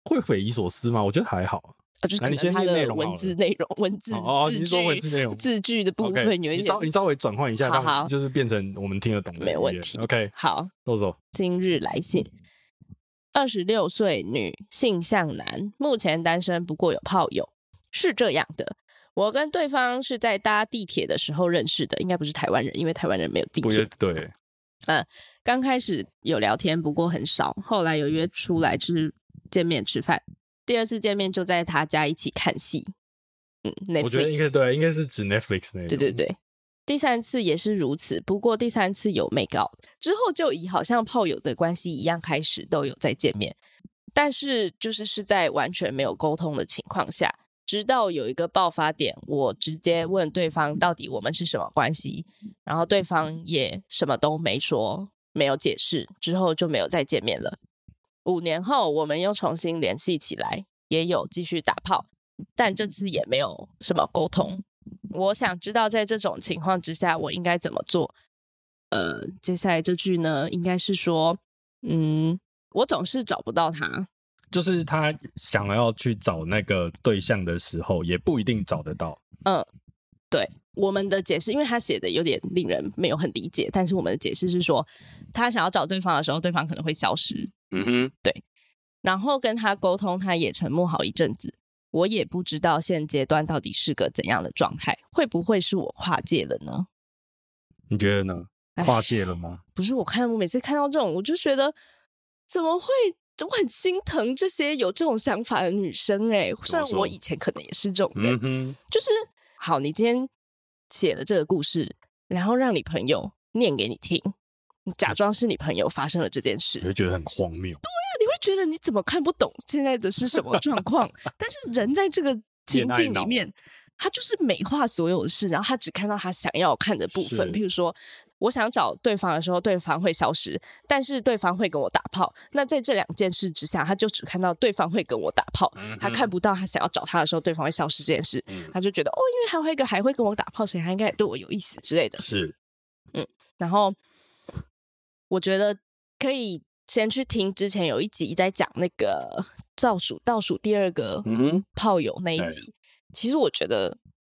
[SPEAKER 4] 会匪夷所思吗？我觉得还好。
[SPEAKER 2] 啊，就是
[SPEAKER 4] 来
[SPEAKER 2] 可
[SPEAKER 4] 你先
[SPEAKER 2] 能它
[SPEAKER 4] 念内
[SPEAKER 2] 的
[SPEAKER 4] 容好
[SPEAKER 2] 文
[SPEAKER 4] 了
[SPEAKER 2] 字内容、文字
[SPEAKER 4] 哦哦
[SPEAKER 2] 字
[SPEAKER 4] 你是说文字内容
[SPEAKER 2] 字句的部
[SPEAKER 4] OK，
[SPEAKER 2] 分有一
[SPEAKER 4] 你稍你
[SPEAKER 2] 点
[SPEAKER 4] 稍微转换一下，
[SPEAKER 2] 好
[SPEAKER 4] 让
[SPEAKER 2] 好
[SPEAKER 4] 就是变成我们听得懂的语
[SPEAKER 2] 没
[SPEAKER 4] 言。
[SPEAKER 2] 问题
[SPEAKER 4] OK，
[SPEAKER 2] 好。
[SPEAKER 4] 豆豆，
[SPEAKER 2] 今日来信，二十六岁女，性向男，目前单身，不过有炮友。是这样的，我跟对方是在搭地铁的时候认识的，应该不是台湾人，因为台湾人没有地
[SPEAKER 4] 我
[SPEAKER 2] 铁
[SPEAKER 4] 觉得。对，
[SPEAKER 2] 刚开始有聊天，不过很少。后来有约出来吃见面吃饭，第二次见面就在他家一起看戏。嗯，Netflix，
[SPEAKER 4] 我觉得应该对，应该是指 Netflix 那种。
[SPEAKER 2] 对对对，第三次也是如此，不过第三次有 make out 之后，就以好像炮友的关系一样开始都有再见面，但是就是是在完全没有沟通的情况下，直到有一个爆发点，我直接问对方到底我们是什么关系，然后对方也什么都没说，没有解释，之后就没有再见面了。五年后，我们又重新联系起来，也有继续打炮，但这次也没有什么沟通。我想知道，在这种情况之下，我应该怎么做？呃，接下来这句呢，应该是说，嗯，我总是找不到他，
[SPEAKER 4] 就是他想要去找那个对象的时候，也不一定找得到。
[SPEAKER 2] 对我们的解释，因为他写的有点令人没有很理解，但是我们的解释是说，他想要找对方的时候，对方可能会消失，
[SPEAKER 4] 嗯哼，
[SPEAKER 2] 然后跟他沟通，他也沉默好一阵子。我也不知道现阶段到底是个怎样的状态，会不会是我跨界了呢？
[SPEAKER 4] 你觉得呢？
[SPEAKER 2] 哎
[SPEAKER 4] 跨界了吗？
[SPEAKER 2] 不是我看，我每次看到这种，我就觉得怎么会？我很心疼这些有这种想法的女生哎、虽然
[SPEAKER 4] 说
[SPEAKER 2] 我以前可能也是这种人，
[SPEAKER 4] 嗯哼，
[SPEAKER 2] 就是好，你今天写了这个故事，然后让你朋友念给你听，你假装是你朋友发生了这件事，
[SPEAKER 4] 你会觉得很荒谬。
[SPEAKER 2] 你会觉得你怎么看不懂现在的是什么状 况？但是人在这个情
[SPEAKER 4] 恋爱
[SPEAKER 2] 境
[SPEAKER 4] 脑
[SPEAKER 2] 里面，他就是美化所有的事，然后他只看到他想要看的部分。
[SPEAKER 4] 是
[SPEAKER 2] 譬如说，我想找对方的时候，对方会消失，但是对方会跟我打炮。那在这两件事之下，他就只看到对方会跟我打炮，
[SPEAKER 4] 嗯哼
[SPEAKER 2] 他看不到他想要找他的时候，对方会消失这件事。
[SPEAKER 4] 嗯，
[SPEAKER 2] 他就觉得哦，因为还有一个还会跟我打炮，所以他应该也对我有意思之类的。
[SPEAKER 4] 是
[SPEAKER 2] 然后我觉得可以先去听之前有一集在讲那个倒数倒数第二个
[SPEAKER 4] 嗯哼
[SPEAKER 2] 炮友那一
[SPEAKER 4] 对
[SPEAKER 2] 集。其实我觉得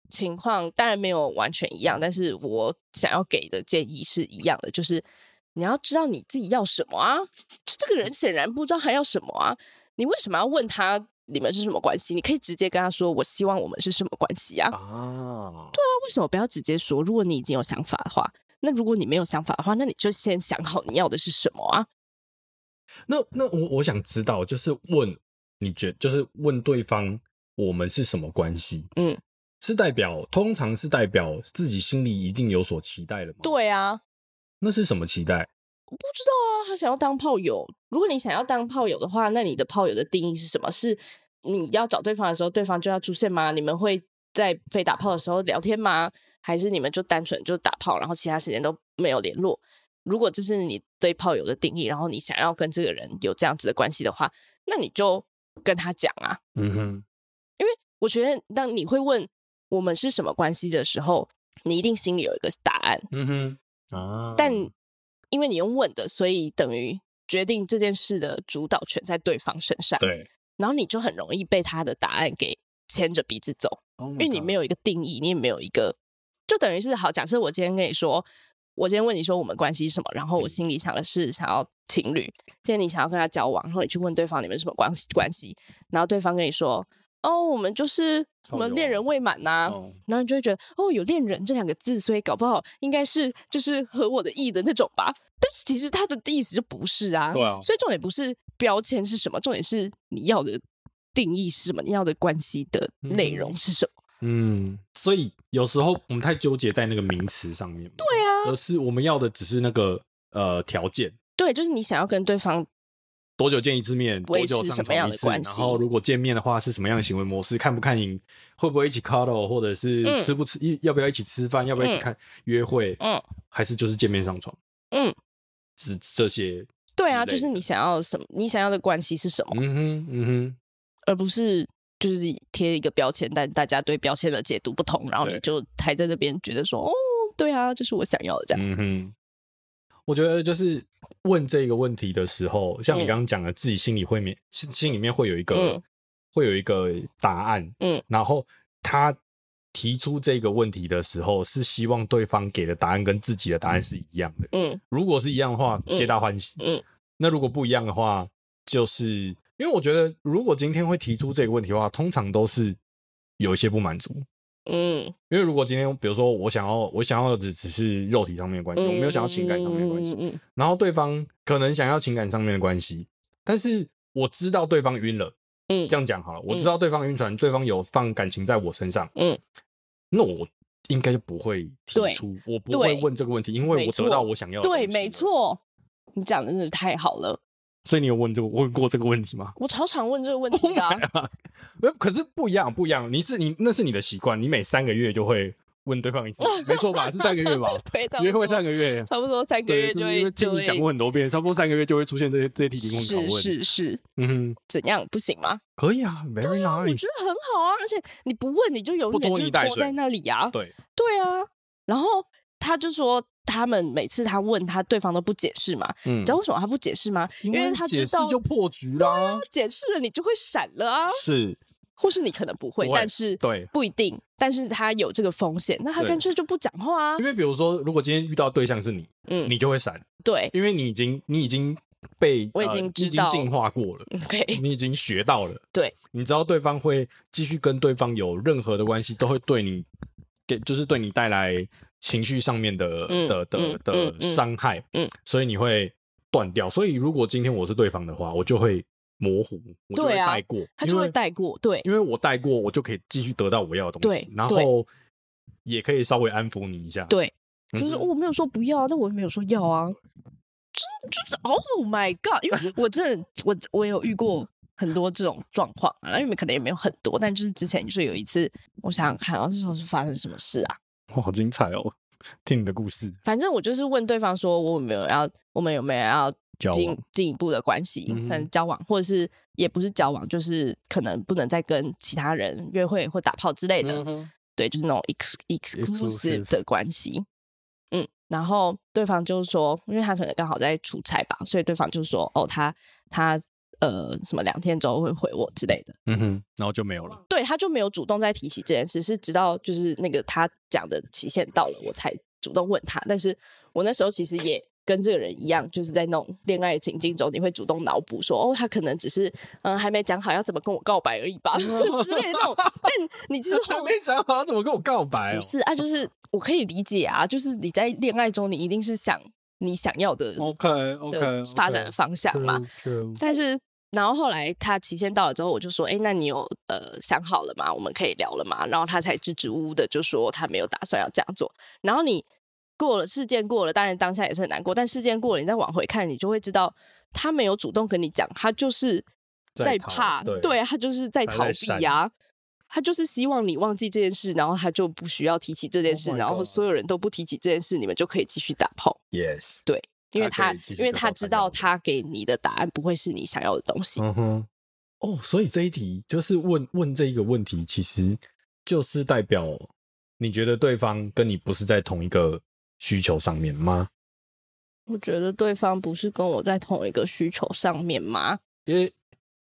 [SPEAKER 2] 情况当然没有完全一样，但是我想要给的建议是一样的，就是你要知道你自己要什么啊。就这个人显然不知道他要什么啊，你为什么要问他？你们是什么关系？你可以直接跟他说，我希望我们是什么关系啊？
[SPEAKER 4] 啊，
[SPEAKER 2] 为什么不要直接说？如果你已经有想法的话，那如果你没有想法的话，那你就先想好你要的是什么啊？
[SPEAKER 4] 那那我我想知道，就是问你觉，就是问对方我们是什么关系？
[SPEAKER 2] 嗯，
[SPEAKER 4] 是代表通常是代表自己心里一定有所期待了吗？，
[SPEAKER 2] 对啊，
[SPEAKER 4] 那是什么期待？
[SPEAKER 2] 我不知道啊，他想要当炮友。如果你想要当炮友的话，那你的炮友的定义是什么？是你要找对方的时候，对方就要出现吗？你们会在非打炮的时候聊天吗？还是你们就单纯就打炮，然后其他时间都没有联络？如果这是你对炮友的定义，然后你想要跟这个人有这样子的关系的话，那你就跟他讲啊。
[SPEAKER 4] 嗯哼，
[SPEAKER 2] 我觉得当你会问我们是什么关系的时候，你一定心里有一个答案，
[SPEAKER 4] 嗯哼，啊，
[SPEAKER 2] 但因为你用问的，所以等于决定这件事的主导权在对方身上，
[SPEAKER 4] 对，
[SPEAKER 2] 然后你就很容易被他的答案给牵着鼻子走。
[SPEAKER 4] 因
[SPEAKER 2] 因为你没有一个定义，你也没有一个，就等于是好。假设我今天跟你说，我今天问你说我们关系是什么，然
[SPEAKER 4] 嗯
[SPEAKER 2] 后我心里想的是想要情侣，今天你想要跟他交往，然后你去问对方你们什么关系关系，然后对方跟你说，哦，我们就是我
[SPEAKER 4] 炮友
[SPEAKER 2] 们
[SPEAKER 4] 啊
[SPEAKER 2] 恋人未满呐、
[SPEAKER 4] 哦
[SPEAKER 2] 然后你就会觉得，哦，有恋人这两个字，所以搞不好应该是就是合我的意的那种吧。但是其实他的意思就不是啊，
[SPEAKER 4] 对啊
[SPEAKER 2] 所以重点不是标签是什么，重点是你要的定义是什么，你要的关系的内容是什么。
[SPEAKER 4] 嗯，所以有时候我们太纠结在那个名词上面，对
[SPEAKER 2] 啊
[SPEAKER 4] 而是我们要的只是那个呃条件，
[SPEAKER 2] 对，就是你想要跟对方，
[SPEAKER 4] 多久见一次面，多
[SPEAKER 2] 维
[SPEAKER 4] 久
[SPEAKER 2] 持
[SPEAKER 4] 上
[SPEAKER 2] 什么
[SPEAKER 4] 床
[SPEAKER 2] 样
[SPEAKER 4] 一
[SPEAKER 2] 的
[SPEAKER 4] 次，
[SPEAKER 2] 关
[SPEAKER 4] 然
[SPEAKER 2] 系嗯
[SPEAKER 4] 后如果见面的话是什么样的行为模式，看不看影，会不会一起 cuddle，或者是
[SPEAKER 2] 嗯
[SPEAKER 4] 吃不吃，一要不要一起吃饭，要不要一起
[SPEAKER 2] 嗯
[SPEAKER 4] 看约会，
[SPEAKER 2] 嗯，
[SPEAKER 4] 还是就是见面上床，
[SPEAKER 2] 嗯，
[SPEAKER 4] 是这些，
[SPEAKER 2] 对啊，就是你，想要什么，你想要的关系是什么，
[SPEAKER 4] 嗯哼，嗯哼，
[SPEAKER 2] 而不是就是贴一个标签，但大家对标签的解读不同，然后你
[SPEAKER 4] 对
[SPEAKER 2] 就还在那边觉得说，哦，对啊，这是我想要的这样。
[SPEAKER 4] 嗯哼，我觉得就是问这个问题的时候，像你
[SPEAKER 2] 嗯
[SPEAKER 4] 刚刚讲的，自己心里会面心心里面会有一个、
[SPEAKER 2] 嗯
[SPEAKER 4] 会有一个答案，
[SPEAKER 2] 嗯，
[SPEAKER 4] 然后他提出这个问题的时候，是希望对方给的答案跟自己的答案是一样的。
[SPEAKER 2] 嗯
[SPEAKER 4] 如果是一样的话，
[SPEAKER 2] 嗯
[SPEAKER 4] 皆大欢喜。
[SPEAKER 2] 嗯
[SPEAKER 4] 那如果不一样的话，就是因为我觉得，如果今天会提出这个问题的话，通常都是有一些不满足。
[SPEAKER 2] 嗯
[SPEAKER 4] 因为如果今天，比如说我想要，我想要的只是肉体上面的关系，
[SPEAKER 2] 嗯，
[SPEAKER 4] 我没有想要情感上面的关系。
[SPEAKER 2] 嗯嗯
[SPEAKER 4] 然后对方可能想要情感上面的关系，但是我知道对方晕了，
[SPEAKER 2] 嗯，
[SPEAKER 4] 这
[SPEAKER 2] 样，
[SPEAKER 4] 样讲好了，我知道对方晕船，对方有放感情在我身上，
[SPEAKER 2] 嗯，
[SPEAKER 4] 那我应该就不会提
[SPEAKER 2] 对
[SPEAKER 4] 出，我不
[SPEAKER 2] 对
[SPEAKER 4] 会问这个问题，因为
[SPEAKER 2] 没
[SPEAKER 4] 我
[SPEAKER 2] 错
[SPEAKER 4] 得到我想要的，
[SPEAKER 2] 对，没。错，你讲的真的是太好了。
[SPEAKER 4] 所以你有问这个问过这个问题吗？
[SPEAKER 2] 我超常问这个 问题的啊、
[SPEAKER 4] 呃可是不一样，不一样，你是你那是你的习惯，你每三个月就会问对方一次，没错吧？是三个月吧？
[SPEAKER 2] 对， 差不
[SPEAKER 4] 约会
[SPEAKER 2] 多
[SPEAKER 4] 三个月，
[SPEAKER 2] 差不多三个
[SPEAKER 4] 对
[SPEAKER 2] 月
[SPEAKER 4] 这
[SPEAKER 2] 就是
[SPEAKER 4] 因
[SPEAKER 2] 会
[SPEAKER 4] 为
[SPEAKER 2] 就
[SPEAKER 4] 听
[SPEAKER 2] 会
[SPEAKER 4] 你讲过很多遍，差不多三个月就会出现这些这些题目拷
[SPEAKER 2] 是
[SPEAKER 4] 问，
[SPEAKER 2] 是是，
[SPEAKER 4] 嗯哼。
[SPEAKER 2] 怎样不行吗？
[SPEAKER 4] 可以啊，very
[SPEAKER 2] 我
[SPEAKER 4] nice
[SPEAKER 2] 觉。得很好啊，而且你不问，你就永
[SPEAKER 4] 不
[SPEAKER 2] 远就
[SPEAKER 4] 拖
[SPEAKER 2] 是
[SPEAKER 4] 泥带
[SPEAKER 2] 拖在
[SPEAKER 4] 水
[SPEAKER 2] 那里啊。
[SPEAKER 4] 对，
[SPEAKER 2] 对啊，然后他就说，他们每次他问他，对方都不解释嘛。
[SPEAKER 4] 嗯
[SPEAKER 2] 你知道为什么他不解释吗？因为他
[SPEAKER 4] 解
[SPEAKER 2] 知
[SPEAKER 4] 释
[SPEAKER 2] 道
[SPEAKER 4] 就破局啦
[SPEAKER 2] 他。解释了，你就会闪了啊。
[SPEAKER 4] 是，
[SPEAKER 2] 或是你可能不会，
[SPEAKER 4] 不会
[SPEAKER 2] 但是
[SPEAKER 4] 对
[SPEAKER 2] 不一定，但是他有这个风险，那他
[SPEAKER 4] 对
[SPEAKER 2] 干脆就不讲话啊
[SPEAKER 4] 因。为比如说，如果今天遇到对象是你，
[SPEAKER 2] 嗯
[SPEAKER 4] 你就会闪，
[SPEAKER 2] 对
[SPEAKER 4] 因为你已经你已经被
[SPEAKER 2] 我已
[SPEAKER 4] 呃
[SPEAKER 2] 经
[SPEAKER 4] 你
[SPEAKER 2] 知道嗯
[SPEAKER 4] 进化过了，
[SPEAKER 2] ，OK，
[SPEAKER 4] 你已经学到了。
[SPEAKER 2] 对，
[SPEAKER 4] 你知道对方会继续跟对方有任何的关系，都会对你给就是对你带来情绪上面的
[SPEAKER 2] 嗯
[SPEAKER 4] 的的
[SPEAKER 2] 嗯
[SPEAKER 4] 的
[SPEAKER 2] 嗯嗯
[SPEAKER 4] 伤害，
[SPEAKER 2] 嗯，
[SPEAKER 4] 所以你会断掉。所以如果今天我是对方的话，我就会模糊，我就会
[SPEAKER 2] 对啊
[SPEAKER 4] 带过，
[SPEAKER 2] 他就
[SPEAKER 4] 因
[SPEAKER 2] 会
[SPEAKER 4] 为
[SPEAKER 2] 带过。对，
[SPEAKER 4] 因为我带过，我就可以继续得到我要的东西
[SPEAKER 2] 对，
[SPEAKER 4] 然后也可以稍微安抚你一下。
[SPEAKER 2] 对，
[SPEAKER 4] 嗯哼，
[SPEAKER 2] 就是、我没有说不要啊，但我也没有说要啊。真就是 Oh my God！因为我真的我我有遇过很多这种状况啊，因为可能也没有很多，但就是之前就是有一次，我想想看啊，那时候是发生什么事啊？
[SPEAKER 4] 哇，好精彩哦！听你的故事，
[SPEAKER 2] 反正我就是问对方说，我有没有要，我们有没有要
[SPEAKER 4] 交
[SPEAKER 2] 进
[SPEAKER 4] 往
[SPEAKER 2] 进一步的关系，
[SPEAKER 4] 嗯哼
[SPEAKER 2] 可能交往，或者是也不是交往，就是可能不能再跟其他人约会或打炮之类
[SPEAKER 4] 嗯
[SPEAKER 2] 的。对，就是那种 ex
[SPEAKER 4] Exclusive
[SPEAKER 2] exclusive 的关系。嗯，然后对方就说，因为他可能刚好在出差吧，所以对方就说，哦，他他呃什么两天之后会回我之类的。
[SPEAKER 4] 嗯哼，然后就没有了。
[SPEAKER 2] 对，他就没有主动再提起这件事，是直到就是那个他讲的期限到了，我才主动问他。但是我那时候其实也跟这个人一样，就是在那种恋爱情境中，你会主动脑补说，哦，他可能只是嗯还没讲好要怎么跟我告白而已吧 之类的那种。但你其实后
[SPEAKER 4] 没想好他怎么跟我告白哦
[SPEAKER 2] 不是啊，就是我可以理解啊，就是你在恋爱中，你一定是想你想要的
[SPEAKER 4] OK，OK，
[SPEAKER 2] 的发展的方向嘛。但是，然后后来他期限到了之后，我就说，哎，那你有呃想好了吗？我们可以聊了吗？然后他才支支吾吾的就说他没有打算要这样做。然后你过了事件过了，当然当下也是很难过，但事件过了，你再往回看，你就会知道他没有主动跟你讲，他就是
[SPEAKER 4] 在
[SPEAKER 2] 在
[SPEAKER 4] 逃
[SPEAKER 2] 怕，
[SPEAKER 4] 对
[SPEAKER 2] 他就是在
[SPEAKER 4] 他
[SPEAKER 2] 逃
[SPEAKER 4] 在
[SPEAKER 2] 避
[SPEAKER 4] 闪
[SPEAKER 2] 呀、他就是希望你忘记这件事，然后他就不需要提起这件
[SPEAKER 4] Oh
[SPEAKER 2] 事
[SPEAKER 4] my
[SPEAKER 2] 然后
[SPEAKER 4] God
[SPEAKER 2] 所有人都不提起这件事，你们就可以继续打炮。
[SPEAKER 4] Yes，
[SPEAKER 2] 对，因为
[SPEAKER 4] 他
[SPEAKER 2] 他
[SPEAKER 4] 可以继续
[SPEAKER 2] 因为
[SPEAKER 4] 得
[SPEAKER 2] 他
[SPEAKER 4] 到
[SPEAKER 2] 知
[SPEAKER 4] 他要
[SPEAKER 2] 道
[SPEAKER 4] 的
[SPEAKER 2] 他给你的答案不会是你想要的东西。
[SPEAKER 4] 嗯哼，哦，所以这一题就是问问这一个问题，其实就是代表你觉得对方跟你不是在同一个需求上面吗？
[SPEAKER 2] 我觉得对方不是跟我在同一个需求上面吗？
[SPEAKER 4] 因为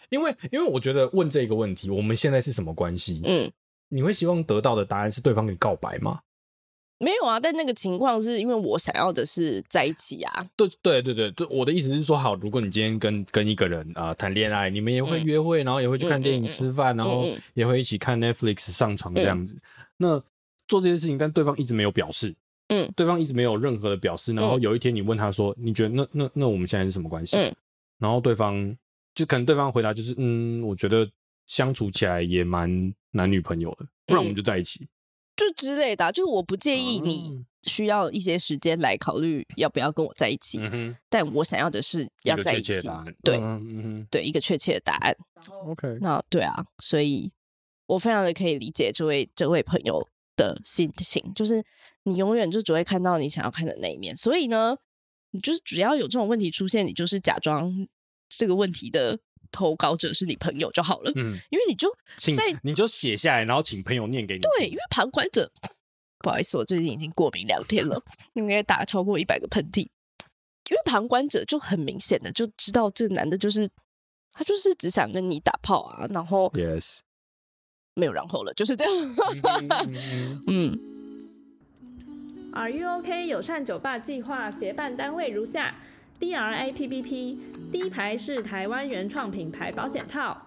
[SPEAKER 4] 因为因为我觉得问这个问题，我们现在是什么关系？
[SPEAKER 2] 嗯，
[SPEAKER 4] 你会希望得到的答案是对方给你告白吗？
[SPEAKER 2] 没有啊，但那个情况是因为我想要的是在一起啊。
[SPEAKER 4] 对对对对对，我的意思是说，好，如果你今天跟跟一个人啊、呃谈恋爱，你们也会
[SPEAKER 2] 嗯
[SPEAKER 4] 约会，然后也会去看电
[SPEAKER 2] 嗯
[SPEAKER 4] 影、
[SPEAKER 2] 嗯嗯
[SPEAKER 4] 吃饭，然后
[SPEAKER 2] 嗯嗯
[SPEAKER 4] 也会一起看 Netflix、上床这样子。那做这些事情，但对方一直没有表示，
[SPEAKER 2] 嗯，
[SPEAKER 4] 对方一直没有任何的表示。然后
[SPEAKER 2] 嗯
[SPEAKER 4] 有一天你问他说，你觉得那那那我们现在是什么关系？
[SPEAKER 2] 嗯
[SPEAKER 4] 然后对方就可能对方回答就是，嗯，我觉得相处起来也蛮男女朋友的，不然
[SPEAKER 2] 嗯
[SPEAKER 4] 我们就在一起。
[SPEAKER 2] 就之类的啊、就是我不介意你
[SPEAKER 4] 嗯
[SPEAKER 2] 需要一些时间来考虑要不要跟我在一起，
[SPEAKER 4] 嗯哼，
[SPEAKER 2] 但我想要的是
[SPEAKER 4] 一
[SPEAKER 2] 要
[SPEAKER 4] 个
[SPEAKER 2] 在
[SPEAKER 4] 确
[SPEAKER 2] 一
[SPEAKER 4] 切
[SPEAKER 2] 起
[SPEAKER 4] 答案。。
[SPEAKER 2] 对、
[SPEAKER 4] 嗯嗯哼
[SPEAKER 2] 对，一个确切的答案。
[SPEAKER 4] ，OK，
[SPEAKER 2] 那对啊，所以我非常的可以理解这位这位朋友的心情，就是你永远就只会看到你想要看的那一面，所以呢，你就是只要有这种问题出现，你就是假装这个问题的投稿者是你朋友就好了，
[SPEAKER 4] 嗯。
[SPEAKER 2] 因为你就
[SPEAKER 4] 请
[SPEAKER 2] 在
[SPEAKER 4] 你就写下来，然后请朋友念给你听。
[SPEAKER 2] 对，因为旁观者，不好意思，我最近已经过敏两天了，应该打超过一百个喷嚏。因为旁观者就很明显的就知道这男的就是他就是只想跟你打炮啊，然后
[SPEAKER 4] Yes，
[SPEAKER 2] 没有然后了，就是这样。 嗯，
[SPEAKER 6] Are you OK？友善酒吧计划协办单位如下：DRAPPP，第一排是台湾原创品牌保险套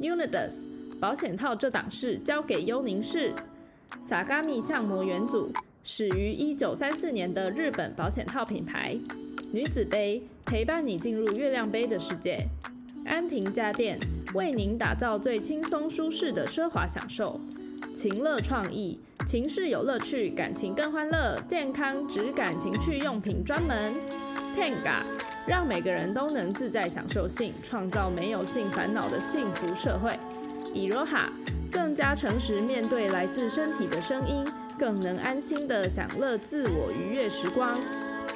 [SPEAKER 6] ；Unidas E 保险套这档事交给幽宁市；Sagami 相模元组始于一九三四年的日本保险套品牌；女子杯陪伴你进入月亮杯的世界；安亭家电为您打造最轻松舒适的奢华享受。情乐创意，情事有乐趣，感情更欢乐，健康质感情趣用品专门。Tenga，让每个人都能自在享受性，创造没有性烦恼的幸福社会。Eroha，更加诚实面对来自身体的声音，更能安心的享乐自我愉悦时光。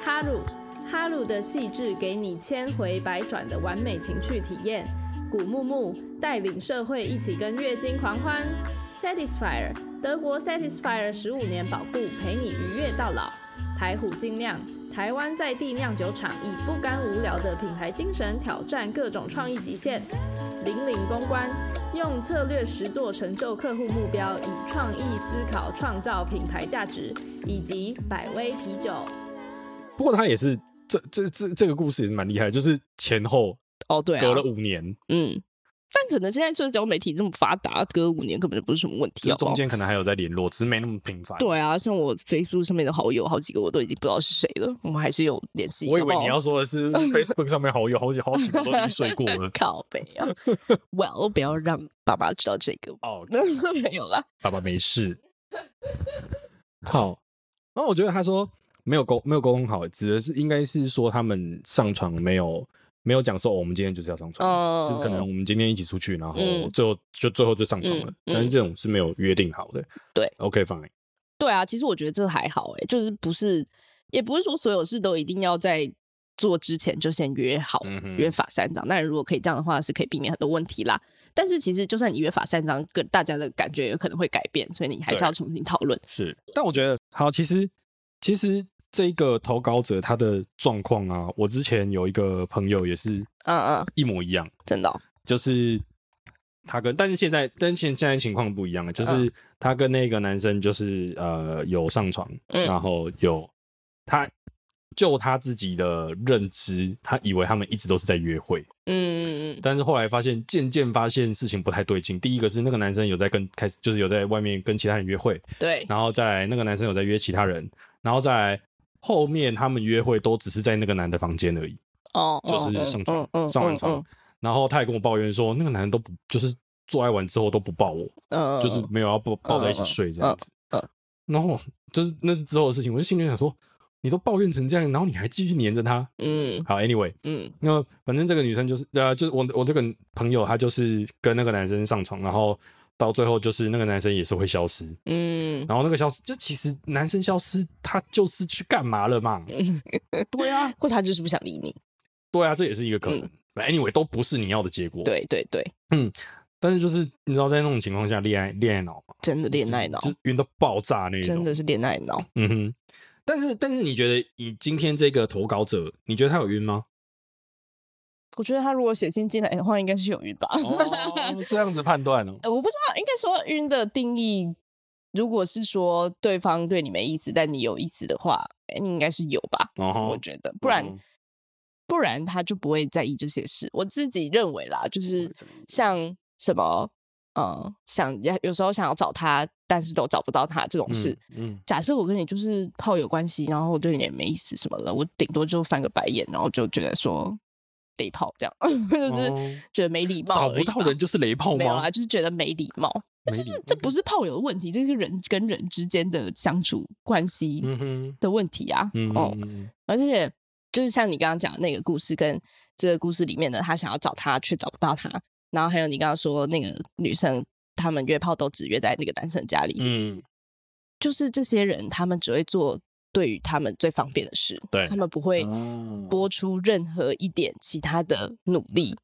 [SPEAKER 6] Haru，哈鲁的细致给你千回百转的完美情趣体验。古木木带领社会一起跟月经狂欢。Satisfier 德国 Satisfier 十五年保护，陪你愉悦到老。台虎精酿台湾在地酿酒厂以不甘无聊的品牌精神挑战各种创意极限。引领公关用策略实做成就客户目标，以创意思考创造品牌价值，以及百威啤酒。
[SPEAKER 4] 不过他也是这这这这个故事也是蛮厉害的，就是前后
[SPEAKER 2] 哦对啊
[SPEAKER 4] 隔，了五年，
[SPEAKER 2] 嗯，但可能现在社交媒体这么发达，隔五年根本就不是什么问
[SPEAKER 4] 就
[SPEAKER 2] 题
[SPEAKER 4] 是
[SPEAKER 2] 好不好
[SPEAKER 4] 中间可能还有在联络，只是没那么频繁。，
[SPEAKER 2] 对啊，像我 Facebook 上面的好友，好几个我都已经不知道是谁了，我们还是有联系。
[SPEAKER 4] 我以
[SPEAKER 2] 好不
[SPEAKER 4] 为你
[SPEAKER 2] 好
[SPEAKER 4] 要说 的是 Facebook 上面好友好几好几个都已经睡过了。
[SPEAKER 2] 靠背啊！Well，不要让爸爸知道这个。
[SPEAKER 4] 哦，
[SPEAKER 2] 没有啦，
[SPEAKER 4] 爸爸没事。 好，然后我觉得他说没有沟没有沟通好，指的是应该是说他们上床没有没有讲说、哦我们今天就是要上床，
[SPEAKER 2] 哦
[SPEAKER 4] 就是可能我们今天一起出去，然后
[SPEAKER 2] 嗯
[SPEAKER 4] 最后、就最后就上床了，
[SPEAKER 2] 嗯嗯
[SPEAKER 4] 但是这种是没有约定好的。
[SPEAKER 2] 对
[SPEAKER 4] ，OK fine，
[SPEAKER 2] 对啊，其实我觉得这还好诶、就是不是，也不是说所有事都一定要在做之前就先约好、
[SPEAKER 4] 嗯哼
[SPEAKER 2] 约法三章。当然，如果可以这样的话，是可以避免很多问题啦。但是其实就算你约法三章，跟大家的感觉有可能会改变，所以你还是
[SPEAKER 4] 对
[SPEAKER 2] 要重新讨论。
[SPEAKER 4] 是，但我觉得好，其实其实这个投稿者他的状况啊，我之前有一个朋友也是
[SPEAKER 2] 嗯嗯，
[SPEAKER 4] 一模一样，
[SPEAKER 2] 真的哦、
[SPEAKER 4] 就是他跟，但是现在，但现现在情况不一样了，就是
[SPEAKER 2] 嗯
[SPEAKER 4] 他跟那个男生就是呃有上床，
[SPEAKER 2] 嗯
[SPEAKER 4] 然后有他就他自己的认知，他以为他们一直都是在约会，
[SPEAKER 2] 嗯嗯
[SPEAKER 4] 但是后来发现，渐渐发现事情不太对劲。第一个是那个男生有在跟开始就是有在外面跟其他人约会，
[SPEAKER 2] 嗯，对，
[SPEAKER 4] 然后再来那个男生有在约其他人，然后再来后面他们约会都只是在那个男的房间而已。
[SPEAKER 2] 哦，
[SPEAKER 4] 就是上
[SPEAKER 2] 嗯
[SPEAKER 4] 床
[SPEAKER 2] 嗯，嗯
[SPEAKER 4] 上完
[SPEAKER 2] 嗯
[SPEAKER 4] 床，然后他也跟我抱怨说，那个男人都不就是做爱完之后都不抱我，
[SPEAKER 2] 嗯，嗯
[SPEAKER 4] 就是没有要抱抱在一起睡这样子
[SPEAKER 2] 嗯嗯。
[SPEAKER 4] 然后就是那是之后的事情，我就心里想说，你都抱怨成这样，然后你还继续黏着他。
[SPEAKER 2] 嗯
[SPEAKER 4] 好，anyway，
[SPEAKER 2] 嗯
[SPEAKER 4] 那反正这个女生就是呃，就是我我这个朋友，她就是跟那个男生上床，然后到最后就是那个男生也是会消失，
[SPEAKER 2] 嗯，
[SPEAKER 4] 然后那个消失就其实男生消失他就是去干嘛了嘛？对啊，
[SPEAKER 2] 或者他就是不想理你。
[SPEAKER 4] 对啊，这也是一个可能。
[SPEAKER 2] 嗯
[SPEAKER 4] anyway，都不是你要的结果。，
[SPEAKER 2] 对对对，
[SPEAKER 4] 但是就是你知道，在那种情况下，恋爱恋爱脑嘛，
[SPEAKER 2] 真的恋爱脑，
[SPEAKER 4] 就是晕到爆炸那一种。
[SPEAKER 2] 真的是恋爱脑。
[SPEAKER 4] 嗯哼，但是但是你觉得以今天这个投稿者，你觉得他有晕吗？
[SPEAKER 2] 我觉得他如果写信进来的话，应该是有晕吧。
[SPEAKER 4] 哦，这样子判断哦。
[SPEAKER 2] 呃，我不知道，应该说晕的定义，如果是说对方对你没意思，但你有意思的话，哎你应该是有吧？
[SPEAKER 4] 哦吼
[SPEAKER 2] 我觉得，不然、
[SPEAKER 4] 嗯
[SPEAKER 2] 不然他就不会在意这些事。我自己认为啦，就
[SPEAKER 4] 会
[SPEAKER 2] 是
[SPEAKER 4] 在意这些
[SPEAKER 2] 像什么，呃，想要有时候想要找他，但是都找不到他这种事。
[SPEAKER 4] 嗯嗯
[SPEAKER 2] 假设我跟你就是炮友关系，然后我对你也没意思什么的，我顶多就翻个白眼，然后就觉得说雷炮这样， 就是
[SPEAKER 4] 哦
[SPEAKER 2] 觉得没礼貌而
[SPEAKER 4] 找
[SPEAKER 2] 已吧，
[SPEAKER 4] 不到人就是雷炮
[SPEAKER 2] 没有啊
[SPEAKER 4] 吗
[SPEAKER 2] 啦，？就是觉得没礼貌。
[SPEAKER 4] 没
[SPEAKER 2] 但是
[SPEAKER 4] 礼
[SPEAKER 2] 是这不是炮友的问题，这是人跟人之间的相处关系
[SPEAKER 4] 嗯哼，
[SPEAKER 2] 的问题啊。
[SPEAKER 4] 嗯
[SPEAKER 2] 哦，
[SPEAKER 4] 嗯
[SPEAKER 2] 而且就是像你刚刚讲的那个故事，跟这个故事里面的他想要找他却找不到他，然后还有你刚刚说那个女生他们约炮都只约在那个男生家里，
[SPEAKER 4] 嗯，
[SPEAKER 2] 就是这些人他们只会做对于他们最方便的事，
[SPEAKER 4] 对
[SPEAKER 2] 他们不会
[SPEAKER 4] 哦
[SPEAKER 2] 播出任何一点其他的努力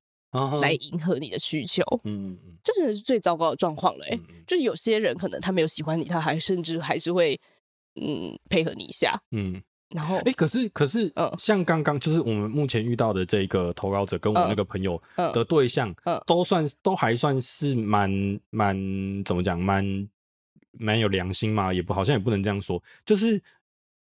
[SPEAKER 2] 来迎合你的需求，
[SPEAKER 4] 嗯嗯
[SPEAKER 2] 这真的是最糟糕的状况了、欸。
[SPEAKER 4] 嗯
[SPEAKER 2] 就是有些人可能他没有喜欢你，他还甚至还是会嗯配合你一下，
[SPEAKER 4] 嗯，
[SPEAKER 2] 然后
[SPEAKER 4] 哎，可是可是
[SPEAKER 2] 嗯，
[SPEAKER 4] 像刚刚就是我们目前遇到的这个投稿者跟我
[SPEAKER 2] 嗯
[SPEAKER 4] 那个朋友
[SPEAKER 2] 嗯
[SPEAKER 4] 的对象
[SPEAKER 2] 嗯，
[SPEAKER 4] 都算都还算是蛮蛮怎么讲，蛮蛮有良心嘛，也不好像也不能这样说，就是。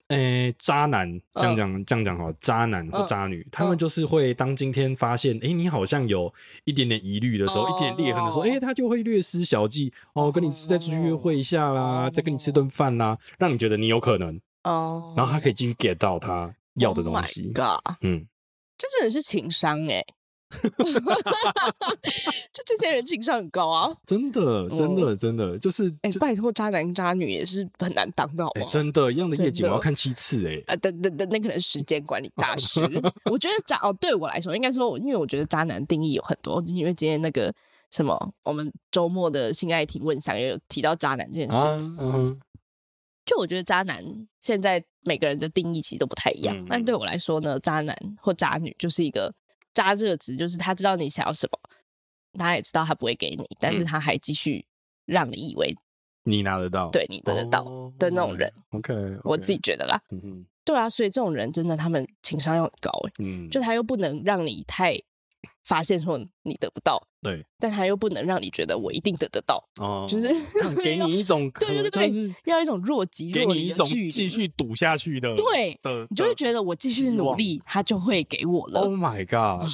[SPEAKER 4] 诶，渣男这样讲，这样讲好了，渣男或
[SPEAKER 2] 嗯
[SPEAKER 4] 渣女，他们
[SPEAKER 2] 嗯
[SPEAKER 4] 就是会当今天发现，诶，你好像有一点点疑虑的时候，一点点裂痕的时候，
[SPEAKER 2] 哦
[SPEAKER 4] 诶，他就会略施小计，哦，跟你再出去约会一下啦，再跟你吃顿饭啦，让你觉得你有可能，
[SPEAKER 2] 哦，
[SPEAKER 4] 然后他
[SPEAKER 2] 以
[SPEAKER 4] 可以继续 get 到他要的东西。
[SPEAKER 2] God，
[SPEAKER 4] 嗯，
[SPEAKER 2] 这真的是情商哎、 就这些人情商很高啊！
[SPEAKER 4] 真的，真的，真的，就是
[SPEAKER 2] 哎、
[SPEAKER 4] 就
[SPEAKER 2] 拜托，渣男渣女也是很难当的好
[SPEAKER 4] 哎
[SPEAKER 2] 吗？
[SPEAKER 4] 真的，一样的夜景
[SPEAKER 2] 真
[SPEAKER 4] 我
[SPEAKER 2] 的
[SPEAKER 4] 要看七次哎。
[SPEAKER 2] 啊，等等等，那可能是时间管理大师。我觉得渣哦，对我来说，应该说我，因为我觉得渣男定义有很多，因为今天那个什么，我们周末的性爱提问想也有提到渣男这件事。
[SPEAKER 4] 啊，嗯
[SPEAKER 2] 就我觉得渣男现在每个人的定义其实都不太一样，
[SPEAKER 4] 嗯
[SPEAKER 2] 但对我来说呢，渣男或渣女就是一个“渣”这个词，就是他知道你想要什么，他也知道他不会给你，但
[SPEAKER 4] 嗯
[SPEAKER 2] 是他还继续让你以为
[SPEAKER 4] 你拿得到，
[SPEAKER 2] 对你得得到
[SPEAKER 4] 哦
[SPEAKER 2] 的那种人。
[SPEAKER 4] OK，
[SPEAKER 2] 我自己，觉得啦，
[SPEAKER 4] 嗯哼
[SPEAKER 2] 对啊，所以这种人真的他们情商要很高、欸，
[SPEAKER 4] 嗯，
[SPEAKER 2] 就他又不能让你太发现说你得不到，
[SPEAKER 4] 对
[SPEAKER 2] 但他又不能让你觉得我一定得得到，
[SPEAKER 4] 哦，
[SPEAKER 2] 就是
[SPEAKER 4] 让给你一种可，
[SPEAKER 2] 对对对对
[SPEAKER 4] 就是
[SPEAKER 2] 要一种若即
[SPEAKER 4] 给
[SPEAKER 2] 若
[SPEAKER 4] 你
[SPEAKER 2] 离
[SPEAKER 4] 一
[SPEAKER 2] 的
[SPEAKER 4] 种
[SPEAKER 2] 距离
[SPEAKER 4] 继续赌下去的，
[SPEAKER 2] 对
[SPEAKER 4] 的，
[SPEAKER 2] 你就会觉
[SPEAKER 4] 得
[SPEAKER 2] 得我继续
[SPEAKER 4] 希
[SPEAKER 2] 努
[SPEAKER 4] 望
[SPEAKER 2] 力，他就会给我了。啊
[SPEAKER 4] ，Oh my God，